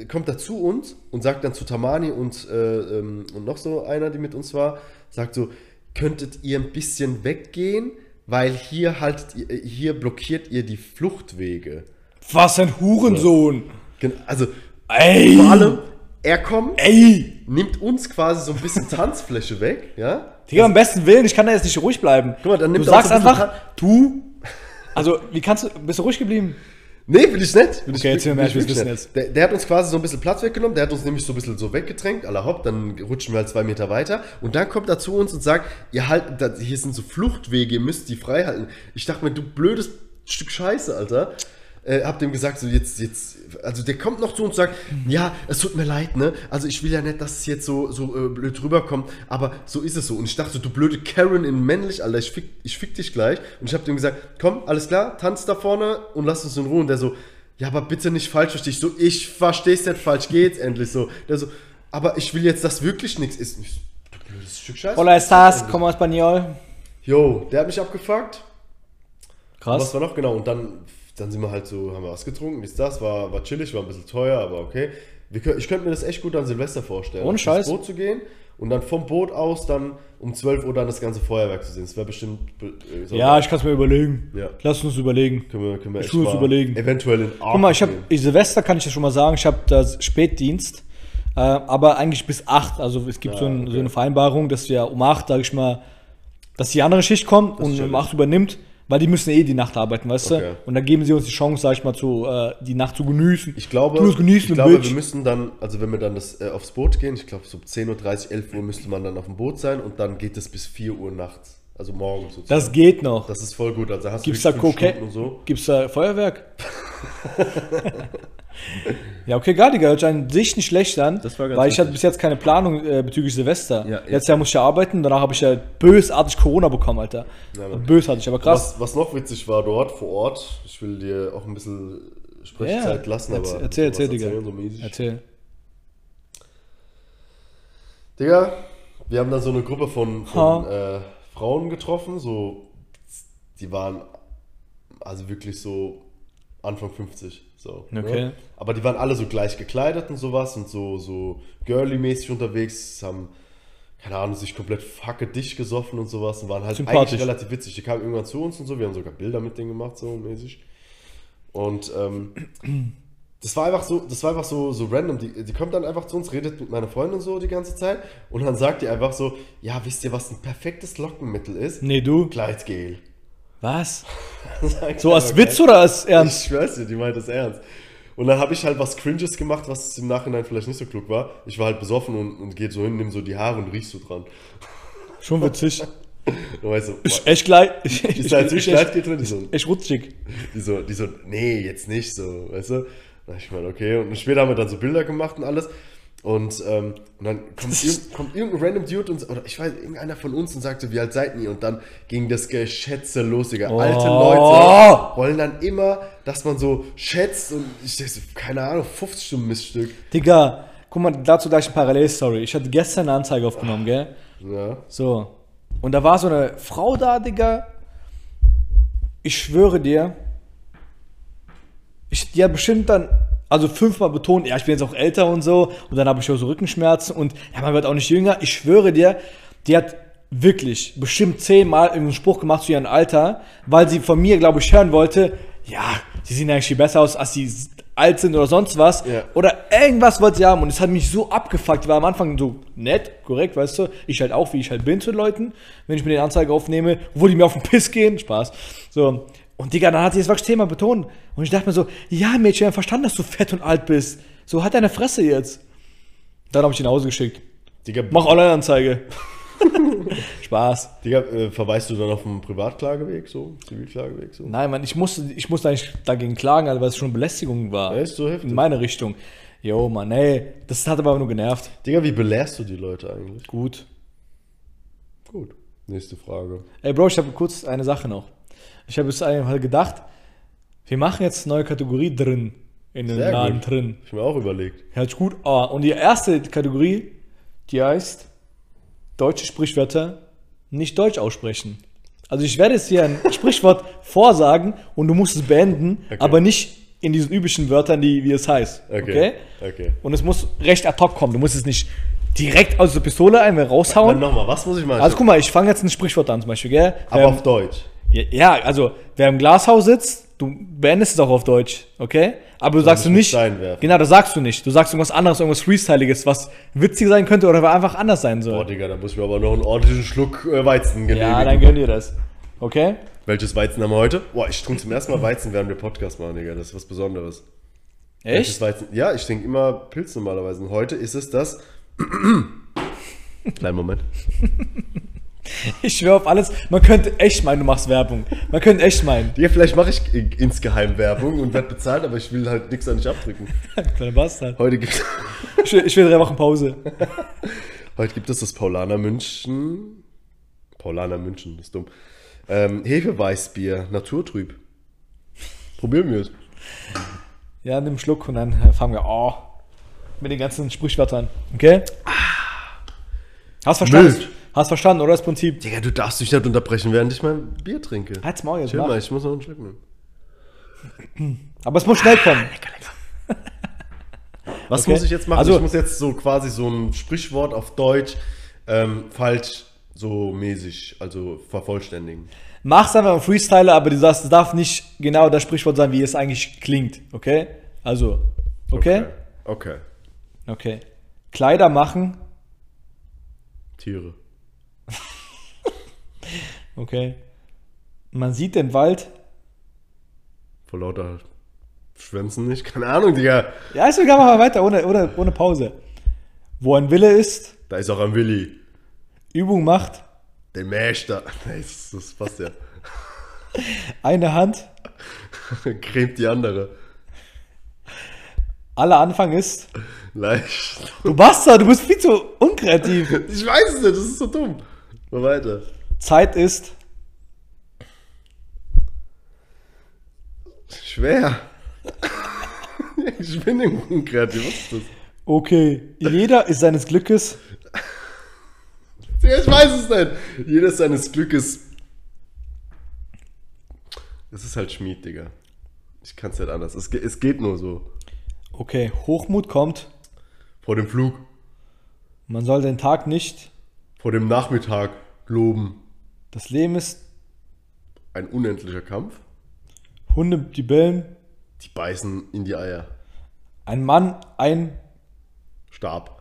[SPEAKER 3] kommt er zu uns und sagt dann zu Tamani und, äh, ähm, und noch so einer, die mit uns war, sagt so, könntet ihr ein bisschen weggehen, weil hier haltet ihr, äh, hier blockiert ihr die Fluchtwege.
[SPEAKER 1] Was ein Hurensohn!
[SPEAKER 3] Gen- Also
[SPEAKER 1] Ey!
[SPEAKER 3] vor allem, er kommt,
[SPEAKER 1] Ey!
[SPEAKER 3] nimmt uns quasi so ein bisschen Tanzfläche weg, ja?
[SPEAKER 1] Digga, am besten Willen, ich kann da jetzt nicht ruhig bleiben.
[SPEAKER 3] Guck mal, dann
[SPEAKER 1] du
[SPEAKER 3] nimmt er auch
[SPEAKER 1] sagst
[SPEAKER 3] so ein bisschen
[SPEAKER 1] einfach, du. Also, wie kannst du. Bist du ruhig geblieben?
[SPEAKER 3] Nee, will ich nicht. Will
[SPEAKER 1] Okay,
[SPEAKER 3] ich,
[SPEAKER 1] erzähl mir mehr,
[SPEAKER 3] will ich
[SPEAKER 1] ich will's
[SPEAKER 3] wirklich
[SPEAKER 1] wissen
[SPEAKER 3] nicht.
[SPEAKER 1] jetzt.
[SPEAKER 3] Der, der hat uns quasi so ein bisschen Platz weggenommen, der hat uns nämlich so ein bisschen so weggedrängt, à la hopp, dann rutschen wir halt zwei Meter weiter. Und dann kommt er zu uns und sagt, ihr halt, da, hier sind so Fluchtwege, ihr müsst die frei halten. Ich dachte mir, du blödes Stück Scheiße, Alter. Äh, hab dem gesagt, so jetzt, jetzt, also der kommt noch zu uns und sagt, ja, es tut mir leid, ne? Also ich will ja nicht, dass es jetzt so, so äh, blöd rüberkommt, aber so ist es so. Und ich dachte, du blöde Karen in männlich, Alter, ich fick, ich fick dich gleich. Und ich hab dem gesagt, komm, alles klar, tanz da vorne und lass uns in Ruhe. Und der so, ja, aber bitte nicht falsch verstehen. Ich So, ich versteh's nicht falsch, geht's endlich so. Der so, aber ich will jetzt, dass wirklich nichts ist. Und ich so, Du blödes Stück Scheiße.
[SPEAKER 1] Hola estás, como español.
[SPEAKER 3] Yo, der hat mich abgefuckt. Was
[SPEAKER 1] Krass.
[SPEAKER 3] war noch genau? Und dann, dann sind wir halt so, haben wir was getrunken, ist das, war, war chillig, war ein bisschen teuer, aber okay. Wir, kö- ich könnte mir das echt gut an Silvester vorstellen.
[SPEAKER 1] Ohne
[SPEAKER 3] aufs
[SPEAKER 1] Scheiß.
[SPEAKER 3] Boot zu gehen und dann vom Boot aus dann um 12 Uhr dann das ganze Feuerwerk zu sehen. Das wäre bestimmt. be- äh, so-
[SPEAKER 1] Ja, ich kann es mir überlegen.
[SPEAKER 3] Ja.
[SPEAKER 1] Lass uns überlegen.
[SPEAKER 3] können wir, können wir echt
[SPEAKER 1] tu es
[SPEAKER 3] mal
[SPEAKER 1] überlegen.
[SPEAKER 3] Eventuell in
[SPEAKER 1] Guck mal, ich habe Silvester kann ich ja schon mal sagen, ich habe da Spätdienst, äh, aber eigentlich bis 8. Also es gibt so, ein, so eine Vereinbarung, dass wir um 8, sage ich mal, dass die andere Schicht kommt und um
[SPEAKER 3] chillig.
[SPEAKER 1] 8 übernimmt, weil die müssen eh die Nacht arbeiten, weißt
[SPEAKER 3] Okay.
[SPEAKER 1] du? Und dann geben sie uns die Chance, sage ich mal, zu, äh, die Nacht zu genießen.
[SPEAKER 3] Ich glaube,
[SPEAKER 1] du musst genießen,
[SPEAKER 3] ich glaube
[SPEAKER 1] Bitch.
[SPEAKER 3] wir müssen dann, also wenn wir dann das, äh, aufs Boot gehen, ich glaube so um 10.30 Uhr, 11 Uhr müsste man dann auf dem Boot sein und dann geht es bis 4 Uhr nachts. Also morgens sozusagen.
[SPEAKER 1] das geht noch.
[SPEAKER 3] das ist voll gut. Also hast
[SPEAKER 1] Gibt's da
[SPEAKER 3] wirklich fünf
[SPEAKER 1] Kokain?
[SPEAKER 3] Stunden und so.
[SPEAKER 1] Gibt's da Feuerwerk? ja, okay, gar nicht. Hört sich an sich nicht schlecht an,
[SPEAKER 2] Das war ganz
[SPEAKER 1] weil ich hatte
[SPEAKER 2] witzig.
[SPEAKER 1] bis jetzt keine Planung äh, bezüglich Silvester.
[SPEAKER 2] Ja,
[SPEAKER 1] Letztes Jahr musste ich ja arbeiten, danach habe ich ja bösartig Corona bekommen, Alter.
[SPEAKER 3] Mann.
[SPEAKER 1] bösartig, aber krass.
[SPEAKER 3] Was, was noch witzig war dort vor Ort, ich will dir auch ein bisschen Sprechzeit
[SPEAKER 1] Ja,
[SPEAKER 3] lassen,
[SPEAKER 1] erzähl-
[SPEAKER 3] aber.
[SPEAKER 1] erzähl,
[SPEAKER 3] was
[SPEAKER 1] erzähl, Digga.
[SPEAKER 3] erzählen, so mäßig.
[SPEAKER 1] Erzähl.
[SPEAKER 3] Digga, wir haben dann so eine Gruppe von, von äh, Frauen getroffen, so. Die waren also wirklich so Anfang 50. So, ne?
[SPEAKER 1] Okay.
[SPEAKER 3] Aber die waren alle so gleich gekleidet und sowas und so, so girly-mäßig unterwegs, haben, keine Ahnung, sich komplett fucke dicht gesoffen und sowas und waren halt
[SPEAKER 1] Sympathisch.
[SPEAKER 3] eigentlich relativ witzig. Die kamen irgendwann zu uns und so, wir haben sogar Bilder mit denen gemacht, so mäßig. Und ähm, das war einfach so, das war einfach so, so random. Die, die kommt dann einfach zu uns, redet mit meiner Freundin so die ganze Zeit und dann sagt die einfach so: Ja, wisst ihr, was ein perfektes Lockenmittel ist?
[SPEAKER 1] Nee, du?
[SPEAKER 3] Kleidgel.
[SPEAKER 1] Was?
[SPEAKER 3] Sagt
[SPEAKER 1] So als
[SPEAKER 3] einfach
[SPEAKER 1] Witz
[SPEAKER 3] Kleid-
[SPEAKER 1] oder als Ernst?
[SPEAKER 3] ich schwör's dir, die meint das ernst. Und dann habe ich halt was Cringes gemacht, was im Nachhinein vielleicht nicht so klug war. Ich war halt besoffen und, und geht so hin, nimm so die Haare und riechst so dran.
[SPEAKER 1] Schon witzig.
[SPEAKER 3] Und weißt du,
[SPEAKER 1] Ich, echt gleich. Ich, ich,
[SPEAKER 3] ist da jetzt
[SPEAKER 1] ich,
[SPEAKER 3] wirklich
[SPEAKER 1] echt,
[SPEAKER 3] Leid drin? Die so,
[SPEAKER 1] echt rutschig.
[SPEAKER 3] die, so, die so, nee, jetzt nicht so, weißt du? Na, ich meine, okay. Und später haben wir dann so Bilder gemacht und alles. Und, ähm, und dann kommt, irgend, kommt irgendein random Dude und, oder ich weiß, irgendeiner von uns und sagte, wie alt seid ihr? Und dann ging das Geschätze los, Digga. Alte Leute wollen dann immer, dass man so schätzt und ich denk so, keine Ahnung, 50 Stunden Miststück.
[SPEAKER 1] Digga, guck mal, dazu gleich eine Parallelstory. Ich hatte gestern eine Anzeige aufgenommen, gell?
[SPEAKER 3] Ja.
[SPEAKER 1] So. Und da war so eine Frau da, Digga. Ich schwöre dir. Ich, die hat bestimmt dann, also fünfmal betont, ja, ich bin jetzt auch älter und so. Und dann habe ich auch so Rückenschmerzen und ja, man wird auch nicht jünger. Ich schwöre dir, die hat wirklich bestimmt zehnmal einen Spruch gemacht zu ihrem Alter, weil sie von mir, glaube ich, hören wollte, ja, sie sehen eigentlich viel besser aus, als sie s- alt sind oder sonst was.
[SPEAKER 3] Ja.
[SPEAKER 1] Oder irgendwas wollte sie haben und es hat mich so abgefuckt. Die war am Anfang so nett, korrekt, weißt du. Ich halt auch, wie ich halt bin zu den Leuten, wenn ich mir den Anzeige aufnehme, wo die mir auf den Piss gehen. Spaß. So. Und Digga, dann hat sie das wirklich Thema betont. Und ich dachte mir so, ja, Mädchen, wir haben verstanden, dass du fett und alt bist. So, hat deine Fresse jetzt. Dann habe ich ihn nach Hause geschickt.
[SPEAKER 3] Digga,
[SPEAKER 1] Mach Online-Anzeige. Spaß.
[SPEAKER 3] Digga äh, verweist du dann auf einen Privatklageweg, so? Zivilklageweg, so?
[SPEAKER 1] Nein, Mann, ich musste, ich musste eigentlich dagegen klagen, Alter, weil es schon Belästigung war.
[SPEAKER 3] Ja, ist so heftig.
[SPEAKER 1] In meine Richtung. Jo, Mann, ey, das hat aber nur genervt.
[SPEAKER 3] Digga, wie belehrst du die Leute eigentlich?
[SPEAKER 1] Gut.
[SPEAKER 3] Gut. Nächste Frage.
[SPEAKER 1] Ey, Bro, ich habe kurz eine Sache noch. Ich habe jetzt einmal gedacht, wir machen jetzt eine neue Kategorie drin. In den
[SPEAKER 3] Sehr
[SPEAKER 1] Laden
[SPEAKER 3] gut.
[SPEAKER 1] drin.
[SPEAKER 3] Ich hab mir auch überlegt.
[SPEAKER 1] Hört sich gut. Ah, und die erste Kategorie, die heißt deutsche Sprichwörter nicht deutsch aussprechen. Also ich werde jetzt hier ein Sprichwort vorsagen und du musst es beenden,
[SPEAKER 3] Okay.
[SPEAKER 1] aber nicht in diesen üblichen Wörtern, die, wie es heißt.
[SPEAKER 3] Okay.
[SPEAKER 1] Okay.
[SPEAKER 3] Okay.
[SPEAKER 1] Und es muss recht ad hoc kommen. Du musst es nicht direkt aus der Pistole einmal
[SPEAKER 3] Dann
[SPEAKER 1] raushauen.
[SPEAKER 3] nochmal, was muss ich machen?
[SPEAKER 1] Also guck mal, ich fange jetzt ein Sprichwort an zum Beispiel, gell?
[SPEAKER 3] Aber
[SPEAKER 1] Ähm,
[SPEAKER 3] auf Deutsch.
[SPEAKER 1] ja, ja, also wer im Glashaus sitzt, du beendest es auch auf Deutsch, okay? Aber du sagst du
[SPEAKER 3] ich mit
[SPEAKER 1] nicht.
[SPEAKER 3] Stein werfen.
[SPEAKER 1] Genau, das sagst du nicht. Du sagst irgendwas anderes, irgendwas Freestyliges, was witzig sein könnte oder einfach anders sein
[SPEAKER 3] Boah,
[SPEAKER 1] soll.
[SPEAKER 3] Digga, da muss ich mir aber noch einen ordentlichen Schluck äh, Weizen genehmigen.
[SPEAKER 1] ja, dann gönn dir das. Okay?
[SPEAKER 3] Welches Weizen haben wir heute? Boah, ich trinke zum ersten Mal Weizen, während wir Podcast machen, Digga. Das ist was Besonderes. Welches
[SPEAKER 1] Echt?
[SPEAKER 3] Weizen? Ja, ich trinke immer Pilz normalerweise. Und heute ist es das. Kleinen Moment.
[SPEAKER 1] Ich schwöre auf alles. Man könnte echt meinen, du machst Werbung. Man könnte echt meinen.
[SPEAKER 3] Ja, vielleicht mache ich i- insgeheim Werbung und werde bezahlt, aber ich will halt nichts an dich abdrücken.
[SPEAKER 1] Kleiner Bastard.
[SPEAKER 3] Heute gibt,
[SPEAKER 1] Ich will, ich will drei Wochen Pause.
[SPEAKER 3] heute gibt es das Paulaner München. Paulaner München, ist dumm. Ähm, Hefeweißbier, naturtrüb. Probieren wir es.
[SPEAKER 1] Ja, nimm einen Schluck und dann äh, fangen wir. Oh. Mit den ganzen Sprichwörtern. Okay? Hast verstanden?
[SPEAKER 3] Mild.
[SPEAKER 1] Hast verstanden, oder? Das Prinzip.
[SPEAKER 3] Digga, du darfst dich nicht unterbrechen, während ich mein Bier trinke.
[SPEAKER 1] Halt's Maul jetzt.
[SPEAKER 3] Chill
[SPEAKER 1] Mach.
[SPEAKER 3] mal, ich muss noch einen Schluck nehmen.
[SPEAKER 1] Aber es muss schnell kommen.
[SPEAKER 3] Was
[SPEAKER 1] Okay.
[SPEAKER 3] muss ich jetzt machen?
[SPEAKER 1] Also-
[SPEAKER 3] ich muss jetzt so quasi so ein Sprichwort auf Deutsch ähm, falsch so mäßig, also vervollständigen.
[SPEAKER 1] Mach's einfach im Freestyler, aber du sagst, es darf nicht genau das Sprichwort sein, wie es eigentlich klingt. Okay? Also, okay?
[SPEAKER 3] Okay. okay.
[SPEAKER 1] Okay. Kleider machen.
[SPEAKER 3] Tiere.
[SPEAKER 1] Okay. Man sieht den Wald.
[SPEAKER 3] Vor lauter Schwänzen nicht. Keine Ahnung, Digga.
[SPEAKER 1] Ja, ist egal, machen wir weiter, ohne, ohne, ohne Pause. Wo ein Wille ist,
[SPEAKER 3] Da ist auch ein Willi.
[SPEAKER 1] Übung macht,
[SPEAKER 3] Der Mäster. Das, das passt ja.
[SPEAKER 1] eine Hand,
[SPEAKER 3] Cremt die andere.
[SPEAKER 1] aller Anfang ist.
[SPEAKER 3] Leicht.
[SPEAKER 1] Du Bastard, du bist viel zu unkreativ.
[SPEAKER 3] Ich weiß es nicht, das ist so dumm. Mal weiter.
[SPEAKER 1] Zeit ist.
[SPEAKER 3] Schwer. ich bin im Kreativ. Was ist das?
[SPEAKER 1] Okay. Jeder ist seines Glückes.
[SPEAKER 3] Ja, ich weiß es nicht. Jedes seines Glückes. Es ist halt Schmied, Digga. Ich kann es nicht anders. Es, ge- es geht nur so.
[SPEAKER 1] Okay. Hochmut kommt.
[SPEAKER 3] Vor dem Flug,
[SPEAKER 1] Man soll den Tag nicht.
[SPEAKER 3] vor dem Nachmittag loben.
[SPEAKER 1] Das Leben ist.
[SPEAKER 3] Ein unendlicher Kampf.
[SPEAKER 1] Hunde, die bellen.
[SPEAKER 3] Die beißen in die Eier.
[SPEAKER 1] Ein Mann, ein
[SPEAKER 3] Stab.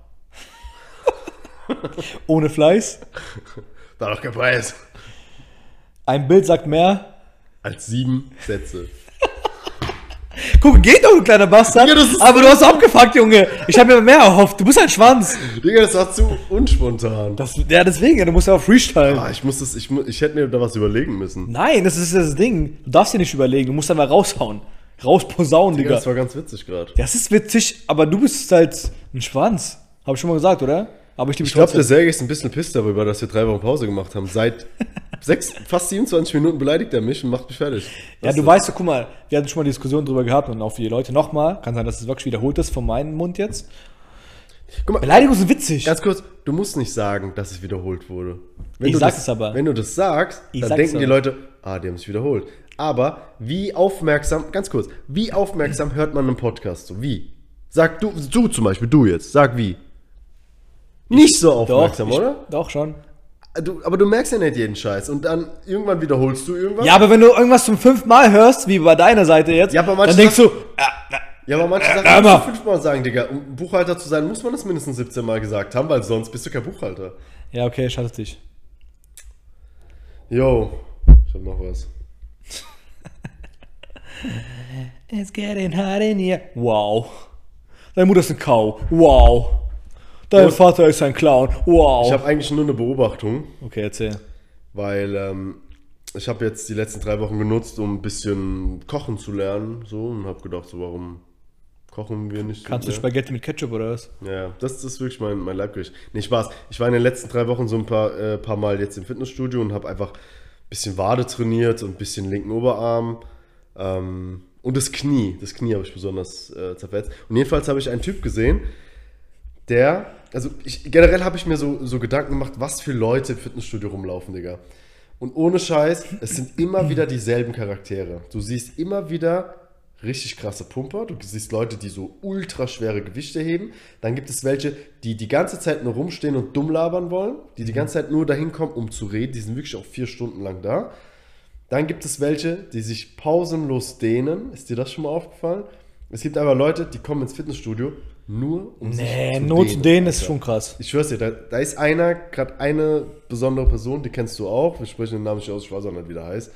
[SPEAKER 1] ohne Fleiß.
[SPEAKER 3] Da doch kein Preis.
[SPEAKER 1] Ein Bild sagt mehr.
[SPEAKER 3] Als sieben Sätze.
[SPEAKER 1] Guck, geht doch, du kleiner Bastard.
[SPEAKER 3] Ja, das ist-
[SPEAKER 1] Aber du hast abgefuckt, Junge. Ich habe mir mehr erhofft. Du bist ein Schwanz.
[SPEAKER 3] Digga, das war zu unspontan.
[SPEAKER 1] Das, ja, deswegen. Du musst ja auch freestylen.
[SPEAKER 3] Ah, ich, muss das, ich, mu- ich hätte mir da was überlegen müssen.
[SPEAKER 1] Nein, das ist das Ding. Du darfst dir nicht überlegen. Du musst einfach raushauen. Rausposaunen,
[SPEAKER 3] Digga,
[SPEAKER 1] Digga.
[SPEAKER 3] das war ganz witzig gerade.
[SPEAKER 1] Das ist witzig, aber du bist halt ein Schwanz. Habe ich schon mal gesagt, oder? Aber ich liebe
[SPEAKER 3] Ich glaube, der Sergej ist ein bisschen pisst darüber, dass wir drei Wochen Pause gemacht haben. Seit sechs, fast 27 Minuten beleidigt er mich und macht mich fertig.
[SPEAKER 1] Ja,
[SPEAKER 3] Was
[SPEAKER 1] du
[SPEAKER 3] ist
[SPEAKER 1] weißt ja, guck mal, wir hatten schon mal Diskussionen drüber gehabt und auch für die Leute nochmal. Kann sein, dass es wirklich wiederholt ist von meinem Mund jetzt.
[SPEAKER 3] das? Guck mal,
[SPEAKER 1] Beleidigungen sind witzig.
[SPEAKER 3] ganz kurz, du musst nicht sagen, dass es wiederholt wurde. Wenn
[SPEAKER 1] Ich
[SPEAKER 3] du
[SPEAKER 1] sag
[SPEAKER 3] das,
[SPEAKER 1] es aber.
[SPEAKER 3] Wenn du das sagst,
[SPEAKER 1] Ich
[SPEAKER 3] dann
[SPEAKER 1] sag's
[SPEAKER 3] denken die
[SPEAKER 1] aber.
[SPEAKER 3] Leute, ah, die haben sich wiederholt. Aber wie aufmerksam, ganz kurz, wie aufmerksam hört man einen Podcast so? Wie? Sag du, du zum Beispiel, du jetzt, sag wie. Nicht so aufmerksam,
[SPEAKER 1] ich,
[SPEAKER 3] oder?
[SPEAKER 1] Doch, schon.
[SPEAKER 3] Du, aber du merkst ja nicht jeden Scheiß. Und dann irgendwann wiederholst du irgendwas.
[SPEAKER 1] Ja, aber wenn du irgendwas zum fünften Mal hörst, wie bei deiner Seite jetzt,
[SPEAKER 3] Ja, aber manche
[SPEAKER 1] dann denkst du,
[SPEAKER 3] Ja, aber manche
[SPEAKER 1] äh,
[SPEAKER 3] Sachen musst
[SPEAKER 1] aber-
[SPEAKER 3] du fünfmal sagen, Digga. Um Buchhalter zu sein, muss man das mindestens 17 Mal gesagt haben, weil sonst bist du kein Buchhalter.
[SPEAKER 1] ja, okay, schade dich.
[SPEAKER 3] Yo, ich hab noch was.
[SPEAKER 1] It's getting hot in here. Wow. Deine Mutter ist eine Kau. Wow. Dein
[SPEAKER 3] Ja.
[SPEAKER 1] Vater ist ein Clown. Wow.
[SPEAKER 3] Ich habe eigentlich nur eine Beobachtung,
[SPEAKER 1] okay, erzähl.
[SPEAKER 3] weil ähm, ich habe jetzt die letzten drei Wochen genutzt, um ein bisschen kochen zu lernen. So, und habe gedacht, so, warum kochen wir nicht?
[SPEAKER 1] Kannst du
[SPEAKER 3] mehr?
[SPEAKER 1] Spaghetti mit Ketchup oder was?
[SPEAKER 3] Ja, ja, das ist wirklich mein, mein Leibgericht. Nee, Spaß. Ich war in den letzten drei Wochen so ein paar, äh, paar Mal jetzt im Fitnessstudio und habe einfach ein bisschen Wade trainiert und ein bisschen linken Oberarm. Ähm, und das Knie. Das Knie habe ich besonders äh, zerfetzt. Und jedenfalls habe ich einen Typ gesehen, der, also ich, generell habe ich mir so, so Gedanken gemacht, was für Leute im Fitnessstudio rumlaufen, Digga. Und ohne Scheiß, es sind immer wieder dieselben Charaktere. Du siehst immer wieder richtig krasse Pumper, du siehst Leute, die so ultra schwere Gewichte heben. Dann gibt es welche, die die ganze Zeit nur rumstehen und dumm labern wollen, die die ganze Zeit nur dahin kommen, um zu reden. Die sind wirklich auch vier Stunden lang da. Dann gibt es welche, die sich pausenlos dehnen. Ist dir das schon mal aufgefallen? Es gibt aber Leute, die kommen ins Fitnessstudio nur um
[SPEAKER 1] Nee, Not Äh, zu denen ist schon krass.
[SPEAKER 3] ich schwör's dir, da, da ist einer, gerade eine besondere Person, die kennst du auch. Wir sprechen den Namen nicht aus, ich weiß auch nicht, wie der heißt.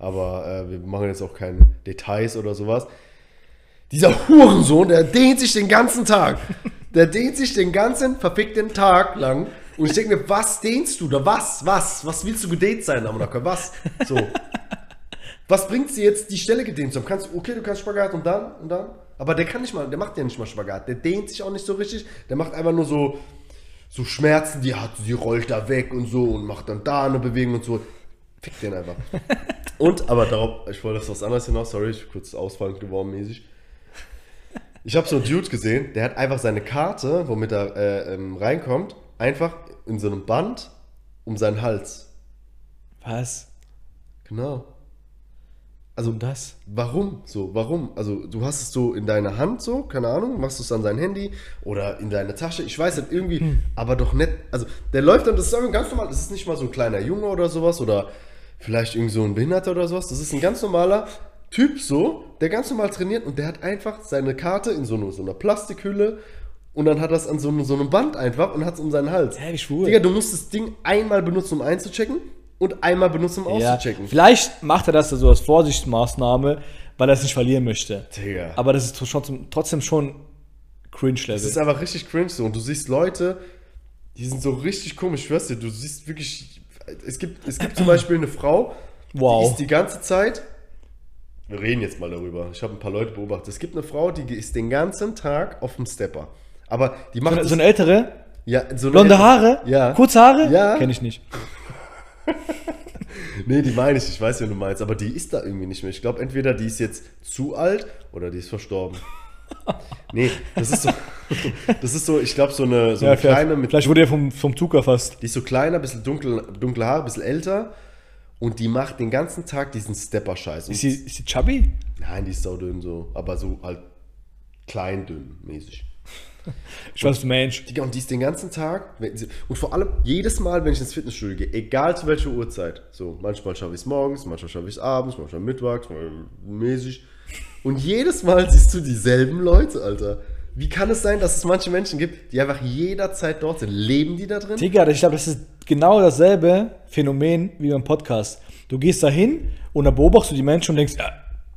[SPEAKER 3] Aber äh, wir machen jetzt auch keine Details oder sowas. Dieser Hurensohn, der dehnt sich den ganzen Tag. Der dehnt sich den ganzen verfickten Tag lang. Und ich denke mir, was dehnst du da? Was? Was? Was willst du gedehnt sein, Amonaka? Was? So. Was bringt sie jetzt, die Stelle gedehnt zu haben? Kannst, okay, du kannst Spagat und dann und dann. Aber der kann nicht mal, der macht ja nicht mal Spagat. Der dehnt sich auch nicht so richtig. Der macht einfach nur so, so Schmerzen, die hat, sie rollt da weg und so und macht dann da eine Bewegung und so. Fick den einfach. Und, aber darauf, ich wollte auf was anderes hinaus, sorry, ich bin kurz ausfallend geworden mäßig. Ich habe so einen Dude gesehen, der hat einfach seine Karte, womit er äh, ähm, reinkommt, einfach in so einem Band um seinen Hals.
[SPEAKER 1] Was?
[SPEAKER 3] Genau. Also
[SPEAKER 1] Und das?
[SPEAKER 3] Warum? So, warum? Also, du hast es so in deiner Hand, so, keine Ahnung, machst du es an sein Handy oder in deine Tasche, ich weiß nicht, irgendwie,
[SPEAKER 1] Hm.
[SPEAKER 3] aber doch nicht. Also, der läuft dann, das ist irgendwie ganz normal, das ist nicht mal so ein kleiner Junge oder sowas oder vielleicht irgend so ein Behinderter oder sowas, das ist ein ganz normaler Typ, so, der ganz normal trainiert und der hat einfach seine Karte in so, einer- so einer Plastikhülle und dann hat das an so, einem- so einem Band einfach und hat es um seinen Hals.
[SPEAKER 1] Hä, wie schwul.
[SPEAKER 3] Digga, du musst das Ding einmal benutzen, um einzuchecken und einmal benutzen, um
[SPEAKER 1] Ja,
[SPEAKER 3] auszuchecken.
[SPEAKER 1] vielleicht macht er das so als Vorsichtsmaßnahme, weil er es nicht verlieren möchte.
[SPEAKER 3] Digga.
[SPEAKER 1] Aber das ist schon zum, trotzdem schon
[SPEAKER 3] Es ist
[SPEAKER 1] Cringe-Level.
[SPEAKER 3] einfach richtig cringe so. Und du siehst Leute, die sind so richtig komisch. Ich schwör's dir, du siehst wirklich. Es gibt, es gibt zum Beispiel eine Frau,
[SPEAKER 1] Wow.
[SPEAKER 3] die ist die ganze Zeit. Wir reden jetzt mal darüber. Ich habe ein paar Leute beobachtet. Es gibt eine Frau, die ist den ganzen Tag auf dem Stepper. Aber die macht.
[SPEAKER 1] So
[SPEAKER 3] das-
[SPEAKER 1] eine ältere,
[SPEAKER 3] ja, so eine
[SPEAKER 1] blonde
[SPEAKER 3] ältere-
[SPEAKER 1] Haare,
[SPEAKER 3] Ja.
[SPEAKER 1] kurze Haare,
[SPEAKER 3] Ja.
[SPEAKER 1] kenne ich nicht.
[SPEAKER 3] Nee, die meine ich. Ich weiß, wen du meinst. Aber die ist da irgendwie nicht mehr. Ich glaube, entweder die ist jetzt zu alt oder die ist verstorben. Nee, das ist so. Das ist so, ich glaube, so eine, so eine kleine mit
[SPEAKER 1] vielleicht wurde er vom, vom Zug erfasst.
[SPEAKER 3] Die ist so kleiner, bisschen dunkel, dunkle Haare, bisschen älter. Und die macht den ganzen Tag diesen Stepper-Scheiß. Und-
[SPEAKER 1] Ist sie, ist sie chubby?
[SPEAKER 3] Nein, die ist saudünn so. Aber so halt klein, dünn mäßig.
[SPEAKER 1] Ich weiß, Mensch.
[SPEAKER 3] Digga, und die ist den ganzen Tag. wenn sie- Und vor allem jedes Mal, wenn ich ins Fitnessstudio gehe, egal zu welcher Uhrzeit. So, manchmal schaffe ich es morgens, manchmal schaffe ich es abends, manchmal mittags, manchmal mäßig. Und jedes Mal siehst du dieselben Leute, Alter. Wie kann es sein, dass es manche Menschen gibt, die einfach jederzeit dort sind? Leben die da drin?
[SPEAKER 1] Digga, ich glaube, das ist genau dasselbe Phänomen wie beim Podcast. Du gehst da hin und dann beobachtest du die Menschen und denkst, ja,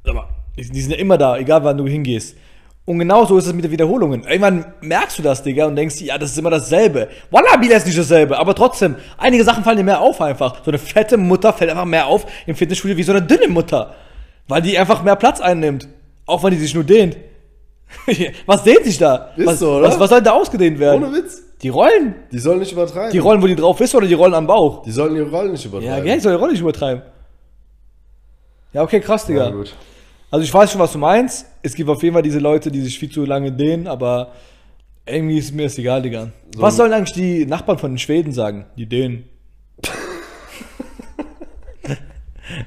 [SPEAKER 1] sag mal, die, die sind ja immer da, egal wann du hingehst. Und genauso ist es mit den Wiederholungen. Irgendwann merkst du das, Digga, und denkst, ja, das ist immer dasselbe. Wallabi, das ist nicht dasselbe. Aber trotzdem, einige Sachen fallen dir mehr auf einfach. So eine fette Mutter fällt einfach mehr auf im Fitnessstudio wie so eine dünne Mutter. Weil die einfach mehr Platz einnimmt. Auch wenn die sich nur dehnt. was dehnt sich da?
[SPEAKER 3] Ist
[SPEAKER 1] was,
[SPEAKER 3] so, oder?
[SPEAKER 1] Was, was soll da ausgedehnt werden?
[SPEAKER 3] Ohne Witz.
[SPEAKER 1] Die Rollen.
[SPEAKER 3] Die sollen nicht übertreiben.
[SPEAKER 1] Die Rollen, wo die drauf ist, oder die Rollen am Bauch?
[SPEAKER 3] Die sollen ihre Rollen nicht übertreiben.
[SPEAKER 1] Ja, gell, ich soll die Rolle nicht übertreiben. Ja, okay, krass, Digga.
[SPEAKER 3] Na gut.
[SPEAKER 1] also ich weiß schon, was du meinst. Es gibt auf jeden Fall diese Leute, die sich viel zu lange dehnen, aber irgendwie ist mir das egal, Digga. was sollen eigentlich die Nachbarn von den Schweden sagen? Die dehnen.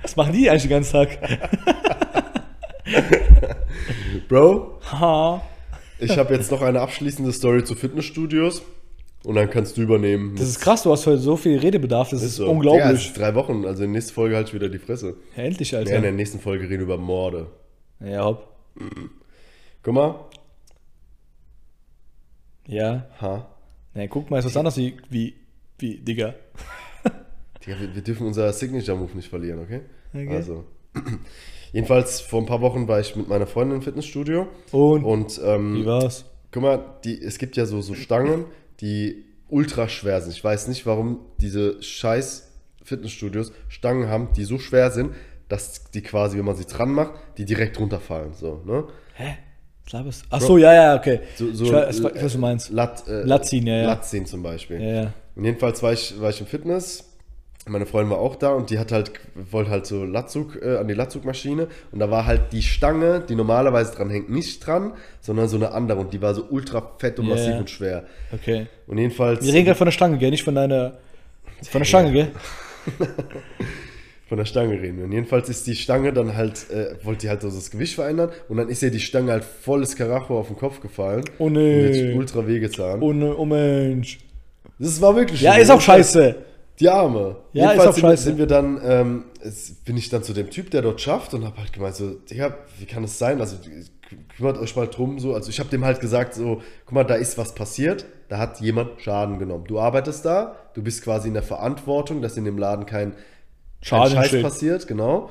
[SPEAKER 1] was machen die eigentlich den ganzen Tag?
[SPEAKER 3] Bro,
[SPEAKER 1] Haha.
[SPEAKER 3] ich habe jetzt noch eine abschließende Story zu Fitnessstudios und dann kannst du übernehmen.
[SPEAKER 1] das ist krass, du hast heute so viel Redebedarf, das ist,
[SPEAKER 3] so. Ja, es
[SPEAKER 1] unglaublich.
[SPEAKER 3] ist drei Wochen, also in der nächsten Folge halt wieder die Fresse.
[SPEAKER 1] Ja, ne. endlich,
[SPEAKER 3] Ja,
[SPEAKER 1] Alter.
[SPEAKER 3] in der nächsten Folge reden wir über Morde.
[SPEAKER 1] Ja, hopp.
[SPEAKER 3] Guck mal.
[SPEAKER 1] Ja.
[SPEAKER 3] Ha.
[SPEAKER 1] Nee, guck mal, ist was anderes wie, wie, wie, Digga.
[SPEAKER 3] Digga, wir, wir dürfen unser Signature-Move nicht verlieren, okay?
[SPEAKER 1] Okay.
[SPEAKER 3] Also. Jedenfalls, vor ein paar Wochen war ich mit meiner Freundin im Fitnessstudio.
[SPEAKER 1] Und?
[SPEAKER 3] und ähm,
[SPEAKER 1] Wie war's?
[SPEAKER 3] Guck mal, die, es gibt ja so, so Stangen, die ultra schwer sind. Ich weiß nicht, warum diese scheiß Fitnessstudios Stangen haben, die so schwer sind, dass die quasi, wenn man sie dran macht, die direkt runterfallen. So, ne?
[SPEAKER 1] Hä? Was laberst du? Ach so, ja, ja, okay.
[SPEAKER 3] So, so
[SPEAKER 1] ich weiß, ich weiß, was du meinst.
[SPEAKER 3] Lat, äh,
[SPEAKER 1] Latzin, ja, ja.
[SPEAKER 3] Latzin zum Beispiel.
[SPEAKER 1] Ja, ja.
[SPEAKER 3] Und jedenfalls war ich, war ich im Fitness. Meine Freundin war auch da und die hat halt, wollte halt so Latzug, äh, an die Latzugmaschine und da war halt die Stange, die normalerweise dran hängt, nicht dran, sondern so eine andere und die war so ultra fett und
[SPEAKER 1] Ja,
[SPEAKER 3] massiv
[SPEAKER 1] ja.
[SPEAKER 3] und schwer.
[SPEAKER 1] Okay.
[SPEAKER 3] Und jedenfalls
[SPEAKER 1] Wir reden gerade von der Stange, gell? Nicht von deiner. Von der Stange, gell?
[SPEAKER 3] von der Stange reden. Und jedenfalls ist die Stange dann halt, äh, wollte die halt so das Gewicht verändern und dann ist ihr die Stange halt volles Karacho auf den Kopf gefallen.
[SPEAKER 1] Oh, nee.
[SPEAKER 3] Und jetzt ultra wehgetan.
[SPEAKER 1] Oh, ne, oh Mensch.
[SPEAKER 3] Das war wirklich
[SPEAKER 1] Ja,
[SPEAKER 3] schlimm.
[SPEAKER 1] ist auch scheiße.
[SPEAKER 3] Die Arme.
[SPEAKER 1] Ja, ist auch
[SPEAKER 3] sind, wir-
[SPEAKER 1] scheiße.
[SPEAKER 3] sind wir dann, ähm, es, bin ich dann zu dem Typ, der dort schafft und hab halt gemeint so, Digga, wie kann es sein? Also kü- kümmert euch mal drum so. Also ich habe dem halt gesagt so, guck mal, da ist was passiert, da hat jemand Schaden genommen. Du arbeitest da, du bist quasi in der Verantwortung, dass in dem Laden kein, kein
[SPEAKER 1] Schaden
[SPEAKER 3] Scheiß
[SPEAKER 1] entsteht.
[SPEAKER 3] passiert, genau.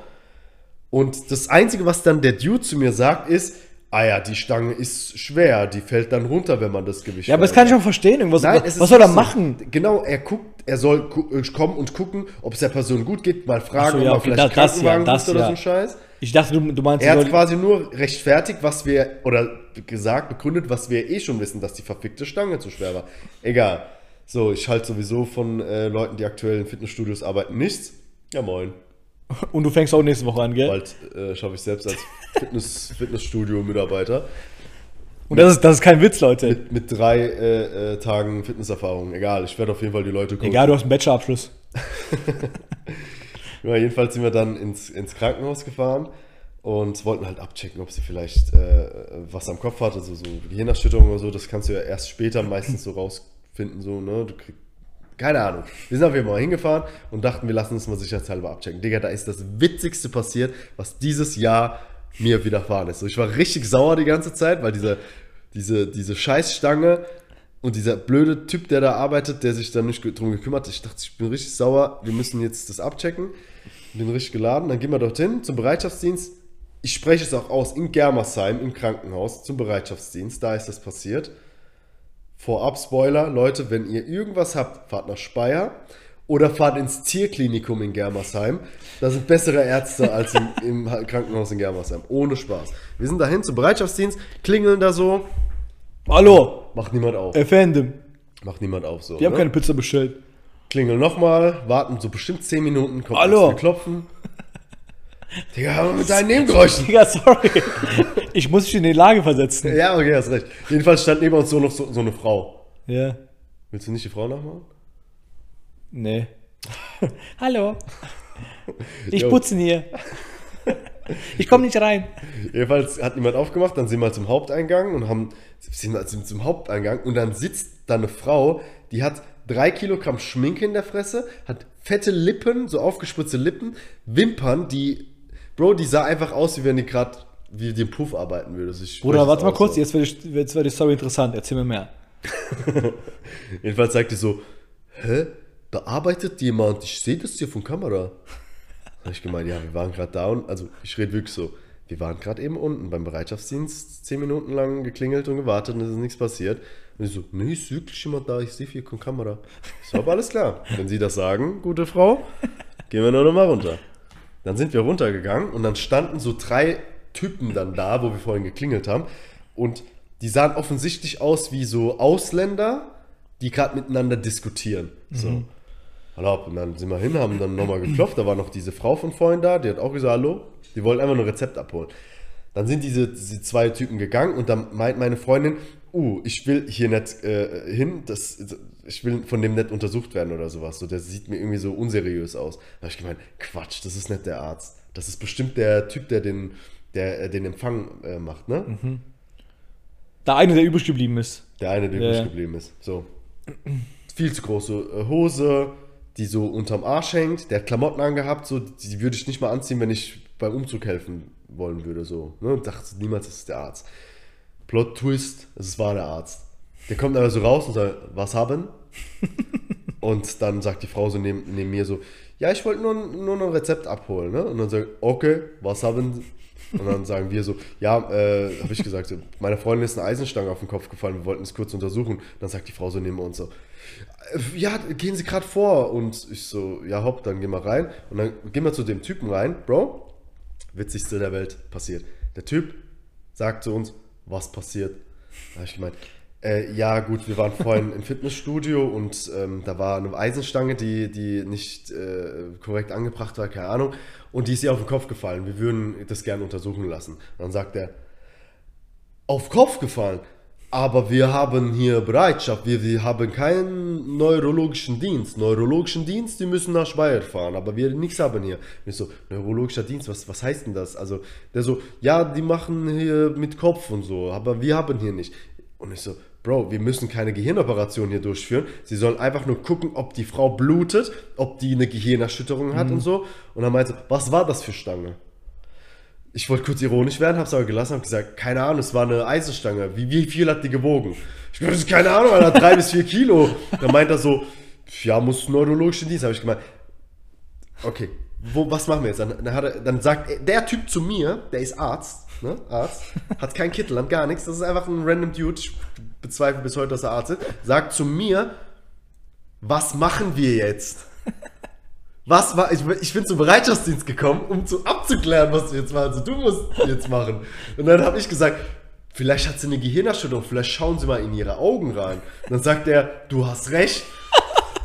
[SPEAKER 3] Und das Einzige, was dann der Dude zu mir sagt, ist, ah ja, die Stange ist schwer, die fällt dann runter, wenn man das Gewicht
[SPEAKER 1] Ja, aber das kann ich
[SPEAKER 3] verändert."
[SPEAKER 1] auch verstehen. Irgendwas,
[SPEAKER 3] Nein, es
[SPEAKER 1] was
[SPEAKER 3] ist
[SPEAKER 1] soll er
[SPEAKER 3] nicht so.
[SPEAKER 1] machen?
[SPEAKER 3] Genau, er guckt, er soll gu- äh, kommen und gucken, ob es der Person gut geht, mal
[SPEAKER 1] Ach so,
[SPEAKER 3] fragen,
[SPEAKER 1] ja,
[SPEAKER 3] ob man
[SPEAKER 1] okay,
[SPEAKER 3] vielleicht
[SPEAKER 1] das- das
[SPEAKER 3] Krankenwagen
[SPEAKER 1] ja, das
[SPEAKER 3] ruft oder
[SPEAKER 1] ja.
[SPEAKER 3] so ein Scheiß.
[SPEAKER 1] Ich dachte, du, du meinst,
[SPEAKER 3] Er
[SPEAKER 1] du
[SPEAKER 3] hat
[SPEAKER 1] soll-
[SPEAKER 3] quasi nur rechtfertigt, was wir, oder gesagt, begründet, was wir eh schon wissen, dass die verfickte Stange zu schwer war. Egal. So, ich halte sowieso von äh, Leuten, die aktuell in Fitnessstudios arbeiten, nichts. Ja, moin.
[SPEAKER 1] und du fängst auch nächste Woche an, gell?
[SPEAKER 3] Bald äh, schaffe ich selbst als Fitness, Fitnessstudio-Mitarbeiter
[SPEAKER 1] Und das ist, das ist kein Witz, Leute.
[SPEAKER 3] mit, mit drei äh, äh, Tagen Fitnesserfahrung. Egal, ich werde auf jeden Fall die Leute gucken.
[SPEAKER 1] Egal, du hast einen Bachelorabschluss.
[SPEAKER 3] Ja, jedenfalls sind wir dann ins, ins Krankenhaus gefahren und wollten halt abchecken, ob sie vielleicht äh, was am Kopf hatte, so, so Gehirnerschütterung oder so. Das kannst du ja erst später meistens so rausfinden, so, ne? Du kriegst. Keine Ahnung. Wir sind auf jeden Fall mal hingefahren und dachten, wir lassen uns mal sicherheitshalber abchecken. Digga, da ist das Witzigste passiert, was dieses Jahr mir widerfahren ist. So, ich war richtig sauer die ganze Zeit, weil diese, diese, diese Scheißstange und dieser blöde Typ, der da arbeitet, der sich dann nicht ge- drum gekümmert hat. Ich dachte, ich bin richtig sauer, wir müssen jetzt das abchecken. Bin richtig geladen, dann gehen wir dorthin zum Bereitschaftsdienst. Ich spreche es auch aus, in Germersheim im Krankenhaus zum Bereitschaftsdienst, da ist das passiert. Vorab Spoiler, Leute, wenn ihr irgendwas habt, fahrt nach Speyer oder fahrt ins Tierklinikum in Germersheim. Da sind bessere Ärzte als im, im Ha- Krankenhaus in Germersheim. Ohne Spaß. Wir sind dahin zum Bereitschaftsdienst, klingeln da so,
[SPEAKER 1] Hallo,
[SPEAKER 3] macht niemand auf.
[SPEAKER 1] Effendim.
[SPEAKER 3] Macht niemand auf so.
[SPEAKER 1] Die Äh, haben
[SPEAKER 3] ne?
[SPEAKER 1] keine Pizza bestellt.
[SPEAKER 3] Klingeln nochmal, warten so bestimmt 10 Minuten, kommt
[SPEAKER 1] Hallo.
[SPEAKER 3] nichts mehr klopfen. Digga, hör mal mit deinen Nebengeräuschen.
[SPEAKER 1] Digga, sorry. Ich muss dich in die Lage versetzen.
[SPEAKER 3] Ja, okay, hast recht. Jedenfalls stand neben uns so noch so, so eine Frau.
[SPEAKER 1] Ja.
[SPEAKER 3] Willst du nicht die Frau nachmachen?
[SPEAKER 1] Nee. Hallo. Ich
[SPEAKER 3] Jo.
[SPEAKER 1] putzen hier. Ich komme nicht rein.
[SPEAKER 3] Jedenfalls hat niemand aufgemacht, dann sind wir zum Haupteingang und haben sind, wir- sind zum Haupteingang und dann sitzt da eine Frau, die hat drei Kilogramm Schminke in der Fresse, hat fette Lippen, so aufgespritzte Lippen, Wimpern, die Bro, die sah einfach aus, wie wenn die gerade wie den Puff arbeiten würde. Also ich
[SPEAKER 1] Bruder,
[SPEAKER 3] spreche
[SPEAKER 1] warte
[SPEAKER 3] es
[SPEAKER 1] mal
[SPEAKER 3] aus,
[SPEAKER 1] kurz.
[SPEAKER 3] so.
[SPEAKER 1] Jetzt wird, die, jetzt wird die Story interessant. Erzähl mir mehr.
[SPEAKER 3] Jedenfalls sagt die so, hä? Da arbeitet jemand, ich sehe das hier von Kamera. Habe ich gemeint, ja, wir waren gerade da und, also ich rede wirklich so, wir waren gerade eben unten beim Bereitschaftsdienst, zehn Minuten lang geklingelt und gewartet und es ist nichts passiert. Und ich so, nee, ist wirklich jemand da, ich sehe hier von Kamera. Ich so, aber alles klar. Wenn Sie das sagen, gute Frau, gehen wir nur noch mal runter. Dann sind wir runtergegangen und dann standen so drei Typen dann da, wo wir vorhin geklingelt haben. Und die sahen offensichtlich aus wie so Ausländer, die gerade miteinander diskutieren. So. Hallo, und dann sind wir hin, haben dann nochmal geklopft. Da war noch diese Frau von vorhin da, die hat auch gesagt, hallo. Die wollten einfach nur ein Rezept abholen. Dann sind diese, diese zwei Typen gegangen und dann meint meine Freundin, uh, ich will hier nicht äh, hin, das, ich will von dem nicht untersucht werden oder sowas. So, der sieht mir irgendwie so unseriös aus. Da habe ich gemeint, Quatsch, das ist nicht der Arzt. Das ist bestimmt der Typ, der den, der, äh, den Empfang äh, macht, ne?
[SPEAKER 1] Da eine, der übrig geblieben ist.
[SPEAKER 3] Der eine, der
[SPEAKER 1] Ja,
[SPEAKER 3] übrig
[SPEAKER 1] ja.
[SPEAKER 3] geblieben ist. So. Viel zu große äh, Hose, die so unterm Arsch hängt. Der hat Klamotten angehabt, so, die würde ich nicht mal anziehen, wenn ich beim Umzug helfen wollen würde. So. Ne? Und dachte niemals, das ist der Arzt. Plot Twist, es war der Arzt. Der kommt aber so raus und sagt, was haben? und dann sagt die Frau so neben, neben mir so, ja, ich wollte nur, nur noch ein Rezept abholen. Ne? Und dann sagt, okay, was haben Sie? Und dann sagen wir so, ja, äh, habe ich gesagt, so, meiner Freundin ist eine Eisenstange auf den Kopf gefallen, wir wollten es kurz untersuchen. Dann sagt die Frau so neben uns so, äh, ja, gehen Sie gerade vor. Und ich so, ja, hopp, dann gehen wir rein. Und dann gehen wir zu dem Typen rein, Bro, witzigste der Welt passiert. Der Typ sagt zu uns, was passiert. Da habe ich gemeint, äh, ja gut, wir waren vorhin im Fitnessstudio und ähm, da war eine Eisenstange, die, die nicht äh, korrekt angebracht war, keine Ahnung. Und die ist ihr auf den Kopf gefallen. Wir würden das gerne untersuchen lassen. Und dann sagt er, auf Kopf gefallen. Aber wir haben hier Bereitschaft, wir, wir haben keinen neurologischen Dienst. Neurologischen Dienst, die müssen nach Speyer fahren, aber wir nichts haben hier. Ich so, neurologischer Dienst, was, was heißt denn das? Also, der so, ja, die machen hier mit Kopf und so, aber wir haben hier nicht. Und ich so, Bro, wir müssen keine Gehirnoperation hier durchführen. Sie sollen einfach nur gucken, ob die Frau blutet, ob die eine Gehirnerschütterung hat und so. Und dann meinte, was war das für Stange? Ich wollte kurz ironisch werden, hab's aber gelassen, hab gesagt, keine Ahnung, es war eine Eisenstange. Wie, wie viel hat die gewogen? Ich bin keine Ahnung, Alter, drei bis vier Kilo. Dann meint er so, ja, muss neurologischen Dienst, habe ich gemeint. Okay, wo, was machen wir jetzt? Dann, dann, hat er, dann sagt er- der Typ zu mir, der ist Arzt, ne? Arzt, hat keinen Kittel an, gar nichts, das ist einfach ein random Dude, ich bezweifle bis heute, dass er Arzt ist, sagt zu mir, was machen wir jetzt? Was war, ich, bin- ich bin zum Bereitschaftsdienst gekommen, um zu abzuklären, was du jetzt machen. Also du musst jetzt machen. Und dann habe ich gesagt, vielleicht hat sie eine Gehirnerschütterung, vielleicht schauen sie mal in ihre Augen rein. Und dann sagt er, du hast recht.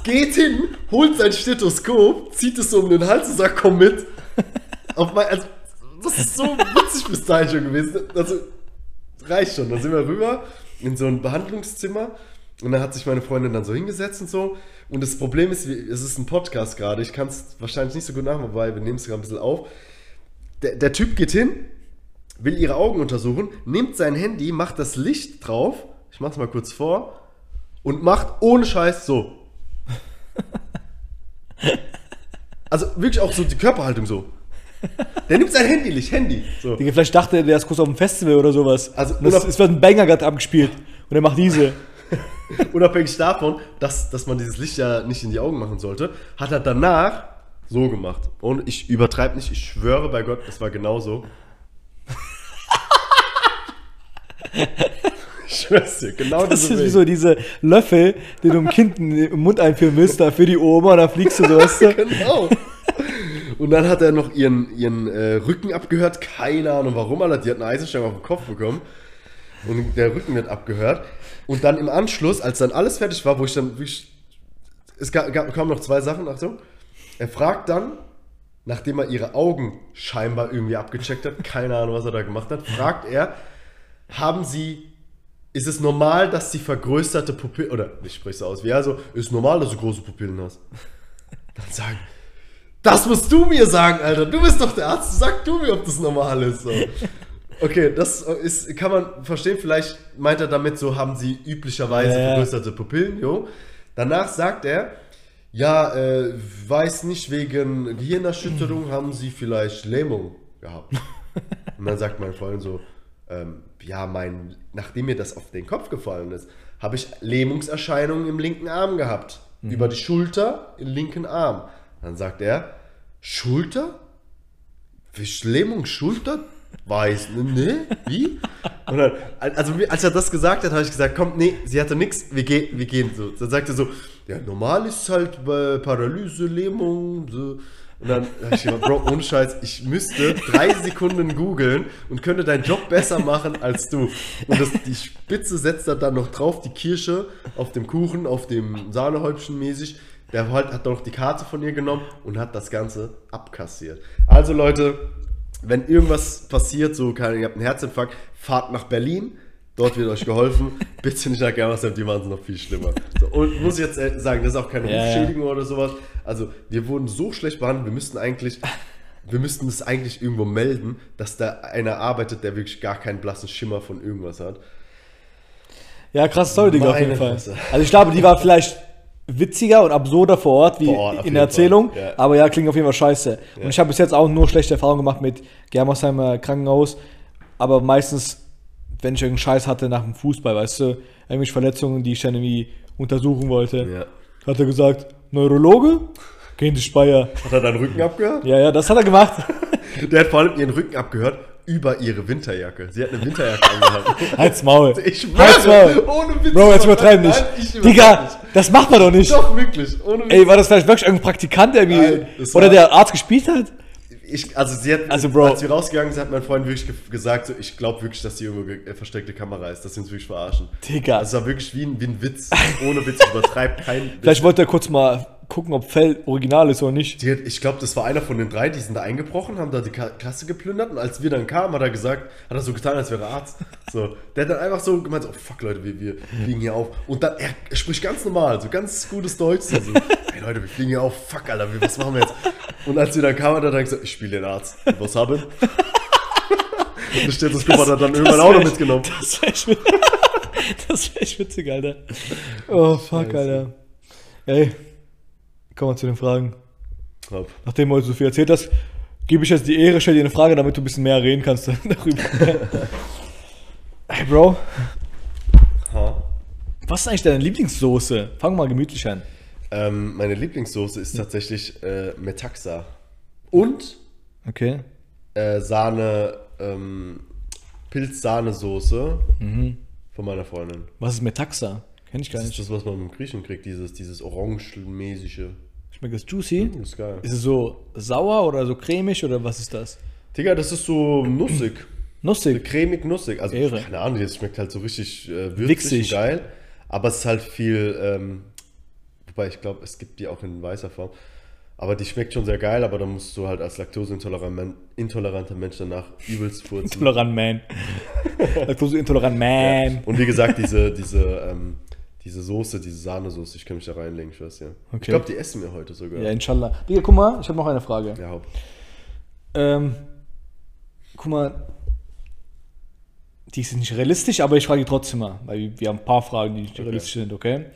[SPEAKER 3] Geht hin, holt sein Stethoskop, zieht es so um den Hals und sagt, komm mit. Auf mein, also, das ist so witzig bis dahin schon gewesen. Also, reicht schon. Dann sind wir rüber in so ein Behandlungszimmer und dann hat sich meine Freundin dann so hingesetzt und so. Und das Problem ist, wir- es ist ein Podcast gerade. Ich kann es wahrscheinlich nicht so gut nachmachen, weil wir nehmen es gerade ein bisschen auf. Der, der Typ geht hin, will ihre Augen untersuchen, nimmt sein Handy, macht das Licht drauf. Ich mach's mal kurz vor. Und macht ohne Scheiß so. Also wirklich auch so die Körperhaltung so. Der nimmt sein Handy, nicht Handy. So.
[SPEAKER 1] Digga, vielleicht dachte er, der ist kurz auf dem Festival oder sowas.
[SPEAKER 3] Also,
[SPEAKER 1] Und das
[SPEAKER 3] unab-
[SPEAKER 1] ist was ein Banger gerade abgespielt. Und er macht diese.
[SPEAKER 3] unabhängig davon, dass, dass man dieses Licht ja nicht in die Augen machen sollte, hat er danach so gemacht. Und ich übertreibe nicht, ich schwöre bei Gott, es war genau genauso. ich schwör's dir, genau
[SPEAKER 1] Das ist wie
[SPEAKER 3] Bewegung.
[SPEAKER 1] so diese Löffel, den du dem Kind in den Mund einführen willst, da für die Oma, da fliegst du so, weißt du?
[SPEAKER 3] genau. Und dann hat er noch ihren, ihren äh, Rücken abgehört. Keine Ahnung warum, Alter. Die hat eine Eisenstange auf den Kopf bekommen. Und der Rücken wird abgehört. Und dann im Anschluss, als dann alles fertig war, wo ich dann. wirklich- es gab, gab, kamen noch zwei Sachen, Achtung. Er fragt dann, nachdem er ihre Augen scheinbar irgendwie abgecheckt hat, keine Ahnung, was er da gemacht hat, fragt er, haben sie ist es normal, dass die vergrößerte Pupille, oder ich spreche es aus, wie also, ist normal, dass du große Pupillen hast. Dann sagen, das musst du mir sagen, Alter, du bist doch der Arzt, sag du mir, ob das normal ist. So. Okay, das ist, kann man verstehen, vielleicht meint er damit so, haben sie üblicherweise
[SPEAKER 1] Ja, ja.
[SPEAKER 3] vergrößerte Pupillen, jo. Danach sagt er, ja, äh, weiß nicht, wegen Gehirnerschütterung haben sie vielleicht Lähmung gehabt. Und dann sagt meine Freundin so, ähm, ja, mein, nachdem mir das auf den Kopf gefallen ist, habe ich Lähmungserscheinungen im linken Arm gehabt. Über die Schulter, im linken Arm. Dann sagt er, Schulter? Fisch- Lähmung, Schulter? Weiß, ne, ne? Wie? Und dann, also, wie- als er das gesagt hat, habe ich gesagt, komm, nee, sie hatte nichts, wir, gehen, wir gehen so. Dann sagte er so, ja, normal ist halt bei Paralyse, Lähmung, so. Und dann habe ich gesagt, Bro, ohne Scheiß, ich müsste drei Sekunden googeln und könnte deinen Job besser machen als du. Und das, die Spitze setzt er dann noch drauf, die Kirsche auf dem Kuchen, auf dem Sahnehäubchen mäßig. Der halt hat doch die Karte von ihr genommen und hat das Ganze abkassiert. Also Leute, wenn irgendwas passiert, so keine, ihr habt einen Herzinfarkt, fahrt nach Berlin. Dort wird euch geholfen. Bitte nicht nach Germersheim, die machen es noch viel schlimmer. So, und muss jetzt äh, sagen, das ist auch keine
[SPEAKER 1] Ja, ja.
[SPEAKER 3] Rufschädigung oder sowas. Also, wir wurden so schlecht behandelt, wir müssten eigentlich, wir müssten das eigentlich irgendwo melden, dass da einer arbeitet, der wirklich gar keinen blassen Schimmer von irgendwas hat.
[SPEAKER 1] Ja, krass Story, Digga, auf
[SPEAKER 3] Meine
[SPEAKER 1] jeden Fall.
[SPEAKER 3] Fresse.
[SPEAKER 1] Also ich glaube, die war vielleicht witziger und absurder vor Ort wie
[SPEAKER 3] Vor Ort, auf
[SPEAKER 1] in
[SPEAKER 3] jeden
[SPEAKER 1] der Erzählung,
[SPEAKER 3] Fall, ja.
[SPEAKER 1] aber ja, klingt auf jeden Fall scheiße. Und ich habe bis jetzt auch nur schlechte Erfahrungen gemacht mit Germersheimer Krankenhaus, aber meistens, wenn ich irgendeinen Scheiß hatte nach dem Fußball, weißt du, irgendwelche Verletzungen, die ich dann irgendwie untersuchen wollte, hat er gesagt, Neurologe, gehen Sie Speyer.
[SPEAKER 3] Hat er deinen Rücken abgehört?
[SPEAKER 1] Ja, ja, das hat er gemacht.
[SPEAKER 3] Der hat vor allem ihren Rücken abgehört über ihre Winterjacke. Sie hat eine Winterjacke angehabt.
[SPEAKER 1] Halt's Maul.
[SPEAKER 3] Ich
[SPEAKER 1] Halt's
[SPEAKER 3] schwöre,
[SPEAKER 1] Maul.
[SPEAKER 3] ohne Witz.
[SPEAKER 1] Bro, jetzt übertreib
[SPEAKER 3] Nein,
[SPEAKER 1] nicht.
[SPEAKER 3] ich übertreib
[SPEAKER 1] Digga,
[SPEAKER 3] nicht.
[SPEAKER 1] das macht man doch nicht.
[SPEAKER 3] Doch, wirklich. Ohne Witz.
[SPEAKER 1] Ey, war das vielleicht wirklich irgendein Praktikant, der
[SPEAKER 3] Nein,
[SPEAKER 1] irgendwie
[SPEAKER 3] das
[SPEAKER 1] oder
[SPEAKER 3] war-
[SPEAKER 1] der Arzt gespielt hat?
[SPEAKER 3] Ich, also sie hat,
[SPEAKER 1] Also, Bro.
[SPEAKER 3] als wir rausgegangen sind, hat mein Freund wirklich ge gesagt, so, ich glaube wirklich, dass hier irgendwo ge- äh, versteckte Kamera ist, dass sie uns wirklich verarschen.
[SPEAKER 1] Digga.
[SPEAKER 3] Also, es war wirklich wie ein, wie ein Witz. Ohne Witz, ich übertreib kein Witz.
[SPEAKER 1] Vielleicht wollte er kurz mal gucken, ob Fell original ist oder nicht.
[SPEAKER 3] Die hat, ich glaube, das war einer von den drei, die sind da eingebrochen, haben da die Ka Kasse geplündert und als wir dann kamen, hat er gesagt, hat er so getan, als wäre er Arzt. So, der hat dann einfach so gemeint, so, oh fuck Leute, wir, wir fliegen hier auf. Und dann, er spricht ganz normal, so ganz gutes Deutsch. So, so, hey Leute, wir fliegen hier auf, fuck Alter, wir- was machen wir jetzt? Und als wir dann kamen, hat er dann gesagt, ich spiele den Arzt. Und was haben? Das steht das, hat er dann irgendwann auch noch
[SPEAKER 1] wär-
[SPEAKER 3] mitgenommen.
[SPEAKER 1] Das wäre echt, das wär echt witzig, Alter. Oh, fuck,
[SPEAKER 3] Scheiße.
[SPEAKER 1] Alter. Ey, kommen wir zu den Fragen.
[SPEAKER 3] Hopp.
[SPEAKER 1] Nachdem du heute so viel erzählt hast, gebe ich jetzt die Ehre, stell dir eine Frage, damit du ein bisschen mehr reden kannst darüber. Ey, Bro,
[SPEAKER 3] Ha.
[SPEAKER 1] was ist eigentlich deine Lieblingssoße? Fang mal gemütlich an.
[SPEAKER 3] Ähm, meine Lieblingssoße ist tatsächlich äh, Metaxa. Und
[SPEAKER 1] Okay.
[SPEAKER 3] äh, Sahne, ähm, Pilz-Sahnesoße von meiner Freundin.
[SPEAKER 1] Was ist Metaxa? Kenn Mhm. ich gar
[SPEAKER 3] Das
[SPEAKER 1] nicht.
[SPEAKER 3] ist das, was man mit dem Griechen kriegt, dieses, dieses orangemäßige.
[SPEAKER 1] Schmeckt es juicy?
[SPEAKER 3] Das ist geil.
[SPEAKER 1] Ist es so sauer oder so cremig oder was ist das?
[SPEAKER 3] Digga, das ist so nussig. So
[SPEAKER 1] Nussig.
[SPEAKER 3] cremig nussig. Also,
[SPEAKER 1] Ehre.
[SPEAKER 3] keine Ahnung, das schmeckt halt so richtig äh, würzig
[SPEAKER 1] Wichsig.
[SPEAKER 3] und geil. Aber es ist halt viel, ähm, wobei ich glaube, es gibt die auch in weißer Form. Aber die schmeckt schon sehr geil, aber da musst du halt als laktoseintoleranter Mensch danach übelst furzen.
[SPEAKER 1] Intolerant Man. Laktose intolerant Man.
[SPEAKER 3] Und wie gesagt, diese, diese, ähm, diese Soße, diese Sahnesoße, ich kann mich da reinlegen, ich weiß ja. Ich
[SPEAKER 1] Okay.
[SPEAKER 3] glaube, die essen wir heute sogar.
[SPEAKER 1] Ja, inshallah. Digga, guck mal, ich habe noch eine Frage.
[SPEAKER 3] Ja, Haupt.
[SPEAKER 1] Ähm, guck mal, die ist nicht realistisch, aber ich frage die trotzdem mal, weil wir- wir haben ein paar Fragen, die nicht realistisch sind, okay?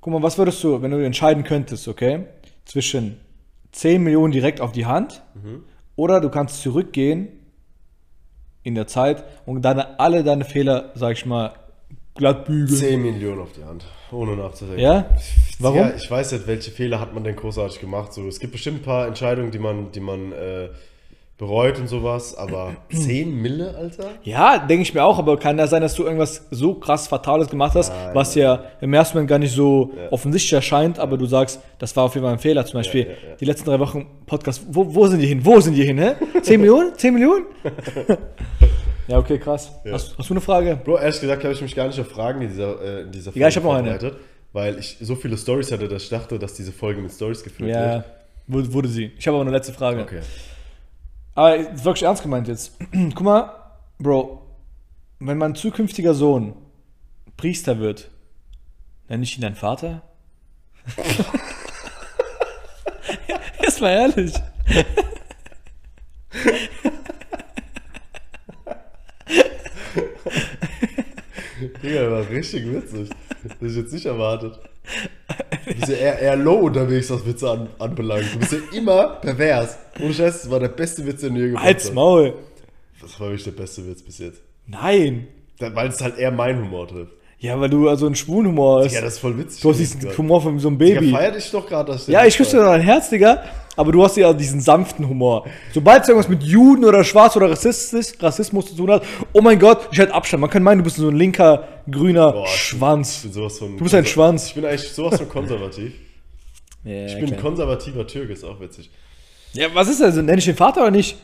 [SPEAKER 1] Guck mal, was würdest du, wenn du entscheiden könntest, okay? Zwischen 10 Millionen direkt auf die Hand oder du kannst zurückgehen in der Zeit und deine, alle deine Fehler, sag ich mal, glatt bügeln.
[SPEAKER 3] 10 Millionen auf die Hand, ohne nachzudenken.
[SPEAKER 1] Ja? Warum?
[SPEAKER 3] Ja, ich weiß nicht, welche Fehler hat man denn großartig gemacht. So, es gibt bestimmt ein paar Entscheidungen, die man, die man äh, bereut und sowas, aber 10 Mille, Alter?
[SPEAKER 1] Ja, denke ich mir auch, aber kann ja sein, dass du irgendwas so krass Fatales gemacht hast,
[SPEAKER 3] Nein,
[SPEAKER 1] was ja im ersten Moment gar nicht so offensichtlich erscheint, aber du sagst, das war auf jeden Fall ein Fehler. Zum Beispiel
[SPEAKER 3] ja, ja.
[SPEAKER 1] die letzten drei Wochen Podcast, wo, wo sind die hin? Wo sind die hin? Hä? 10 Millionen? 10 Millionen? ja, okay, krass. Hast, hast du eine Frage?
[SPEAKER 3] Bro, ehrlich gesagt habe ich mich gar nicht auf Fragen in dieser, äh, in dieser Folge
[SPEAKER 1] Ja, ich hab noch eine.
[SPEAKER 3] vorbereitet, weil ich so viele Stories hatte, dass ich dachte, dass diese Folge mit Stories gefüllt
[SPEAKER 1] Ja,
[SPEAKER 3] wird.
[SPEAKER 1] wurde, wurde sie. Ich habe aber eine letzte Frage.
[SPEAKER 3] Okay.
[SPEAKER 1] Aber ist wirklich ernst gemeint jetzt. Guck mal, Bro, wenn mein zukünftiger Sohn Priester wird, nenne ich ihn dein Vater? ja, jetzt mal ehrlich.
[SPEAKER 3] Digga, der war richtig witzig. Das hätte ich jetzt nicht erwartet. Du bist ja eher, eher low unterwegs, was Witze an, anbelangt. Du bist ja immer pervers. Ohne Scheiß, das war der beste Witz, den du je gemacht
[SPEAKER 1] Halt's
[SPEAKER 3] hast.
[SPEAKER 1] Maul.
[SPEAKER 3] Das war wirklich der beste Witz bis jetzt.
[SPEAKER 1] Nein.
[SPEAKER 3] Da- Weil es halt eher mein Humor trifft.
[SPEAKER 1] Ja, weil du also einen schwulen Humor hast.
[SPEAKER 3] Ja, das ist voll witzig.
[SPEAKER 1] du hast diesen
[SPEAKER 3] Humor.
[SPEAKER 1] Humor von so einem
[SPEAKER 3] Digga,
[SPEAKER 1] Baby.
[SPEAKER 3] feier dich doch gerade. dass du
[SPEAKER 1] Ja,
[SPEAKER 3] den
[SPEAKER 1] ich küsse dir dein Herz, Digga. Aber du hast ja diesen sanften Humor. Sobald es irgendwas mit Juden oder Schwarz oder Rassistisch, Rassismus zu tun hat, oh mein Gott, ich halt Abstand. Man kann meinen, du bist so ein linker, grüner
[SPEAKER 3] Boah, ich bin- Ich
[SPEAKER 1] Schwanz.
[SPEAKER 3] bin sowas von
[SPEAKER 1] Du bist ein
[SPEAKER 3] konser-
[SPEAKER 1] Schwanz.
[SPEAKER 3] Ich bin eigentlich sowas von konservativ.
[SPEAKER 1] Ja,
[SPEAKER 3] Ich bin ein konservativer Türke, ist auch witzig.
[SPEAKER 1] ja, was ist das? Also, Nenne ich den Vater oder nicht?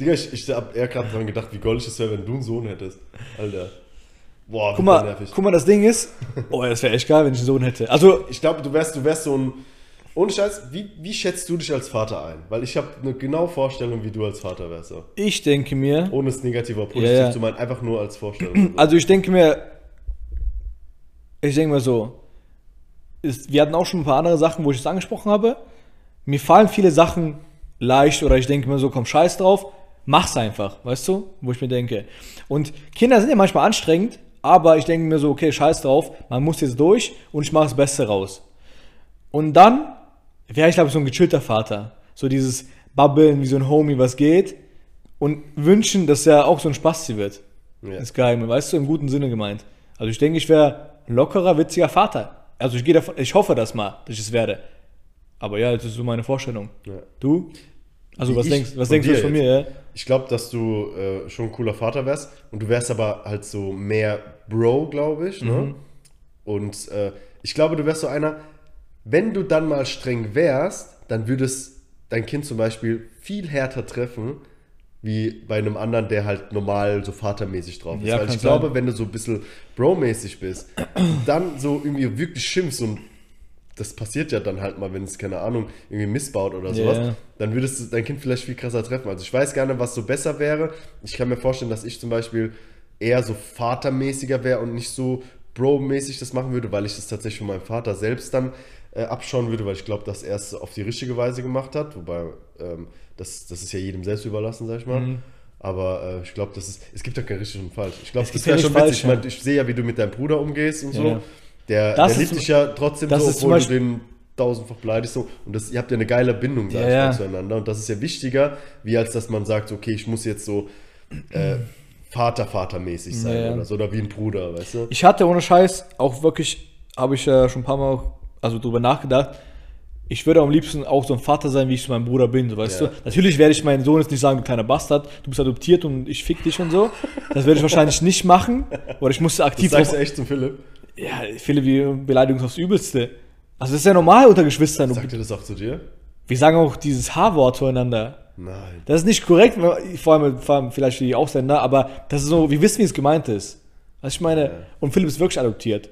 [SPEAKER 3] Digga, ich, ich hab eher gerade dran gedacht, wie goldig es wäre, wenn du einen Sohn hättest. Alter. Boah,
[SPEAKER 1] Guck mal, guck mal, das Ding ist, oh, das wäre echt geil, wenn ich einen Sohn hätte. Also,
[SPEAKER 3] Ich glaube, du wärst, du wärst so ein. Ohne Scheiß, wie, wie schätzt du dich als Vater ein? Weil ich habe eine genaue Vorstellung, wie du als Vater wärst. So.
[SPEAKER 1] ich denke mir,
[SPEAKER 3] Ohne es negativ oder positiv
[SPEAKER 1] Ja, ja.
[SPEAKER 3] zu meinen, einfach nur als Vorstellung.
[SPEAKER 1] also ich denke mir, ich denke mir so, ist, wir hatten auch schon ein paar andere Sachen, wo ich es angesprochen habe. Mir fallen viele Sachen leicht oder ich denke mir so, komm, scheiß drauf, mach's einfach, weißt du, wo ich mir denke. Und Kinder sind ja manchmal anstrengend, aber ich denke mir so, okay, scheiß drauf, man muss jetzt durch und ich mache das Beste raus. Und dann wäre ich, glaube ich, so ein gechillter Vater. So dieses Babbeln, wie so ein Homie, was geht. Und wünschen, dass er auch so ein Spasti wird.
[SPEAKER 3] Ja.
[SPEAKER 1] Ist geil, weißt du, im guten Sinne gemeint. Also ich denke, ich wäre ein lockerer, witziger Vater. Also ich gehe davon, ich hoffe das mal, dass ich es werde. Aber ja, das ist so meine Vorstellung.
[SPEAKER 3] Ja.
[SPEAKER 1] Du? Also was
[SPEAKER 3] Ich-
[SPEAKER 1] denkst, was
[SPEAKER 3] von
[SPEAKER 1] denkst du
[SPEAKER 3] dir
[SPEAKER 1] jetzt von
[SPEAKER 3] jetzt?
[SPEAKER 1] mir? Ja?
[SPEAKER 3] Ich glaube, dass du äh, schon ein cooler Vater wärst und du wärst aber halt so mehr Bro, glaube ich.
[SPEAKER 1] Mhm.
[SPEAKER 3] Ne? Und äh, ich glaube, du wärst so einer, wenn du dann mal streng wärst, dann würde es dein Kind zum Beispiel viel härter treffen, wie bei einem anderen, der halt normal so vatermäßig drauf ist.
[SPEAKER 1] Ja,
[SPEAKER 3] Weil
[SPEAKER 1] kann
[SPEAKER 3] ich glaube,
[SPEAKER 1] sein.
[SPEAKER 3] wenn du so ein bisschen Bro-mäßig bist, und dann so irgendwie wirklich schimpfst und das passiert ja dann halt mal, wenn es, keine Ahnung, irgendwie missbaut oder sowas,
[SPEAKER 1] Ja.
[SPEAKER 3] dann würdest du dein Kind vielleicht viel krasser treffen. Also ich weiß gar nicht, was so besser wäre. Ich kann mir vorstellen, dass ich zum Beispiel eher so vatermäßiger wäre und nicht so Bro-mäßig das machen würde, weil ich das tatsächlich von meinem Vater selbst dann äh, abschauen würde, weil ich glaube, dass er es auf die richtige Weise gemacht hat. Wobei, ähm, das, das ist ja jedem selbst überlassen, sag ich
[SPEAKER 1] Mhm.
[SPEAKER 3] mal. Aber äh, ich glaube, das ist, es gibt ja keinen richtigen und falsch. Ich glaube,
[SPEAKER 1] Es
[SPEAKER 3] das
[SPEAKER 1] gibt
[SPEAKER 3] wäre
[SPEAKER 1] ja
[SPEAKER 3] schon
[SPEAKER 1] nicht
[SPEAKER 3] witzig.
[SPEAKER 1] falsch,
[SPEAKER 3] Ich, mein, ich sehe ja, wie du mit deinem Bruder umgehst und
[SPEAKER 1] Ja,
[SPEAKER 3] so.
[SPEAKER 1] ja.
[SPEAKER 3] Der,
[SPEAKER 1] Das
[SPEAKER 3] der
[SPEAKER 1] ist
[SPEAKER 3] liebt
[SPEAKER 1] zum-
[SPEAKER 3] dich ja trotzdem
[SPEAKER 1] das
[SPEAKER 3] so,
[SPEAKER 1] ist zum
[SPEAKER 3] obwohl du
[SPEAKER 1] Beispiel-
[SPEAKER 3] den tausendfach beleidigst. So. Und das, ihr habt ja eine geile Bindung, sag
[SPEAKER 1] Ja,
[SPEAKER 3] ich mal,
[SPEAKER 1] ja.
[SPEAKER 3] zueinander. Und das ist ja wichtiger, wie als dass man sagt, okay, ich muss jetzt so äh, Vater-Vatermäßig sein
[SPEAKER 1] Ja, ja.
[SPEAKER 3] oder so. Oder wie ein Bruder, weißt du?
[SPEAKER 1] äh, Ich hatte ohne Scheiß auch wirklich, habe ich ja schon ein paar Mal auch, also drüber nachgedacht, ich würde am liebsten auch so ein Vater sein, wie ich zu meinem Bruder bin, so weißt
[SPEAKER 3] Ja.
[SPEAKER 1] du. Natürlich werde ich meinen Sohn jetzt nicht sagen, du kleiner Bastard, du bist adoptiert und ich fick dich und so. Das werde ich wahrscheinlich nicht machen, weil ich musste aktiv
[SPEAKER 3] Das sagst du
[SPEAKER 1] drauf-
[SPEAKER 3] echt zu Philipp?
[SPEAKER 1] Ja, Philipp, die Beleidigung ist aufs Übelste. Also das ist ja normal unter Geschwistern.
[SPEAKER 3] Sagt er das auch zu dir?
[SPEAKER 1] Wir sagen auch dieses H-Wort zueinander.
[SPEAKER 3] Nein.
[SPEAKER 1] Das ist nicht korrekt, weil- vor allem, vor allem vielleicht für die Ausländer, aber das ist so, wir wissen, wie es gemeint ist. Was ich meine, und Philipp ist wirklich adoptiert.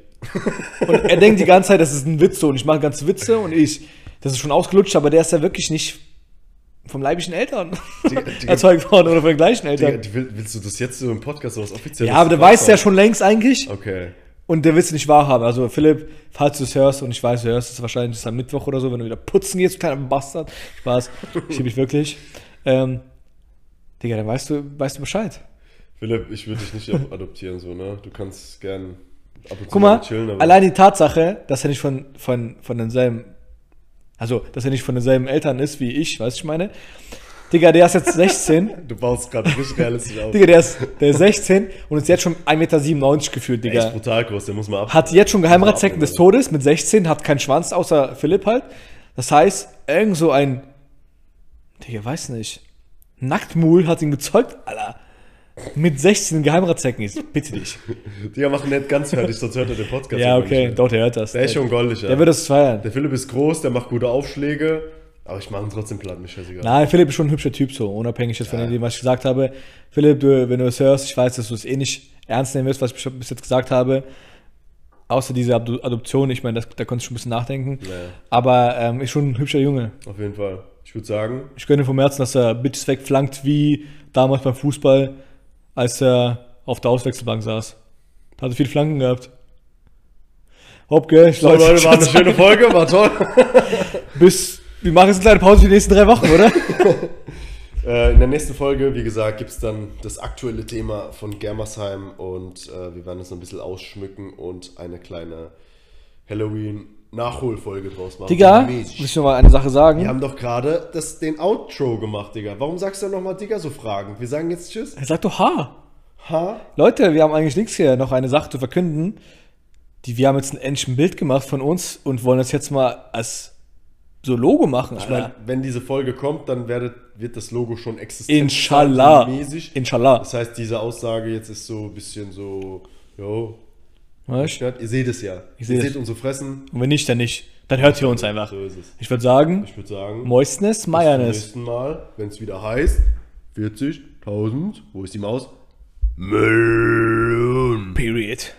[SPEAKER 1] und er denkt die ganze Zeit, das ist ein Witz so, und ich mache ganze Witze und ich, das ist schon ausgelutscht, aber der ist ja wirklich nicht vom leiblichen Eltern
[SPEAKER 3] die-
[SPEAKER 1] erzeugt worden oder von den gleichen
[SPEAKER 3] Digga,
[SPEAKER 1] Eltern.
[SPEAKER 3] du will- willst du das jetzt so im Podcast so was offizielles?
[SPEAKER 1] ja, aber der weiß ja
[SPEAKER 3] raushauen?
[SPEAKER 1] schon längst eigentlich
[SPEAKER 3] Okay.
[SPEAKER 1] und der will es nicht wahrhaben. Also Philipp, falls du es hörst und ich weiß, du hörst es wahrscheinlich ist am Mittwoch oder so, wenn du wieder putzen gehst, du kleiner Bastard. Spaß, ich liebe dich wirklich. Ähm, Digga, dann weißt du, weißt du Bescheid.
[SPEAKER 3] Philipp, ich würde dich nicht ab- adoptieren, so, ne? Du kannst gern ab und zu
[SPEAKER 1] Guck mal,
[SPEAKER 3] chillen, aber
[SPEAKER 1] allein die Tatsache, dass er nicht von, von, von denselben, also, dass er nicht von denselben Eltern ist wie ich, weißt du, ich meine? Digga, der ist jetzt 16.
[SPEAKER 3] du baust gerade richtig realistisch auf.
[SPEAKER 1] Digga, der ist, der ist 16 und ist jetzt schon 1,97 Meter gefühlt,
[SPEAKER 3] der ist
[SPEAKER 1] Digga.
[SPEAKER 3] brutal groß, der muss mal ab.
[SPEAKER 1] Hat jetzt schon Geheimratsecken des
[SPEAKER 3] Abnehmen.
[SPEAKER 1] Todes mit 16, hat keinen Schwanz außer Philipp halt. Das heißt, irgend so ein, Digga, weiß nicht, Nacktmul hat ihn gezeugt, Alter. Mit 16 Geheimratsecken ist, bitte dich.
[SPEAKER 3] Digga, mach ihn nicht ganz fertig, sonst hört er den Podcast.
[SPEAKER 1] Ja,
[SPEAKER 3] einfach nicht
[SPEAKER 1] okay,
[SPEAKER 3] mehr.
[SPEAKER 1] doch, der hört das.
[SPEAKER 3] Der ist schon goldig,
[SPEAKER 1] Der wird das feiern.
[SPEAKER 3] Der Philipp ist groß, der macht gute Aufschläge, aber ich mache ihn trotzdem platt, mich scheißegal.
[SPEAKER 1] Nein, Philipp ist schon ein hübscher Typ, so unabhängig jetzt von dem, was ich gesagt habe. Philipp, du, wenn du es hörst, ich weiß, dass du es eh nicht ernst nehmen wirst, was ich bis jetzt gesagt habe. Außer diese Abdu- Adoption, ich meine, das, da konntest du schon ein bisschen nachdenken. Aber ähm, ist schon ein hübscher Junge.
[SPEAKER 3] Auf jeden Fall. Ich würde sagen,
[SPEAKER 1] Ich gönne vom Herzen, dass er Bitches wegflankt, wie damals beim Fußball, als er auf der Auswechselbank saß. Da hat er viele Flanken gehabt. Hopke, ich
[SPEAKER 3] so,
[SPEAKER 1] Leute,
[SPEAKER 3] Leute, war eine schöne Folge, war toll.
[SPEAKER 1] bis, wir machen jetzt eine kleine Pause für die nächsten drei Wochen, oder?
[SPEAKER 3] Äh, in der nächsten Folge, wie gesagt, gibt es dann das aktuelle Thema von Germersheim und äh, wir werden es noch ein bisschen ausschmücken und eine kleine Halloween-Nachholfolge draus machen.
[SPEAKER 1] Digga, muss
[SPEAKER 3] Mäßig.
[SPEAKER 1] ich noch mal eine Sache sagen.
[SPEAKER 3] Wir haben doch gerade das- den Outro gemacht, Digga. Warum sagst du dann nochmal Digga so Fragen? Wir sagen jetzt Tschüss.
[SPEAKER 1] Er sagt doch H.
[SPEAKER 3] Ha?
[SPEAKER 1] Leute, wir haben eigentlich nichts hier, noch eine Sache zu verkünden. Die, wir haben jetzt ein endlich ein Bild gemacht von uns und wollen das jetzt mal als so Logo machen.
[SPEAKER 3] Ich
[SPEAKER 1] Alter.
[SPEAKER 3] meine, wenn diese Folge kommt, dann werdet, wird das Logo schon existent.
[SPEAKER 1] Inshallah.
[SPEAKER 3] Mäßig.
[SPEAKER 1] Inshallah.
[SPEAKER 3] Das heißt, diese Aussage jetzt ist so ein bisschen so, yo,
[SPEAKER 1] Weißt? du?
[SPEAKER 3] Ihr seht es ja.
[SPEAKER 1] Ich seh
[SPEAKER 3] ihr
[SPEAKER 1] das.
[SPEAKER 3] seht unsere Fressen.
[SPEAKER 1] Und wenn nicht, dann nicht. Dann hört ihr uns einfach.
[SPEAKER 3] So ist es.
[SPEAKER 1] Ich würde sagen,
[SPEAKER 3] Ich würde sagen,
[SPEAKER 1] Moistness,
[SPEAKER 3] bis zum
[SPEAKER 1] Mayonnaise.
[SPEAKER 3] nächsten Mal, wenn es wieder heißt, 40.000, wo ist die Maus? Millionen.
[SPEAKER 1] Period.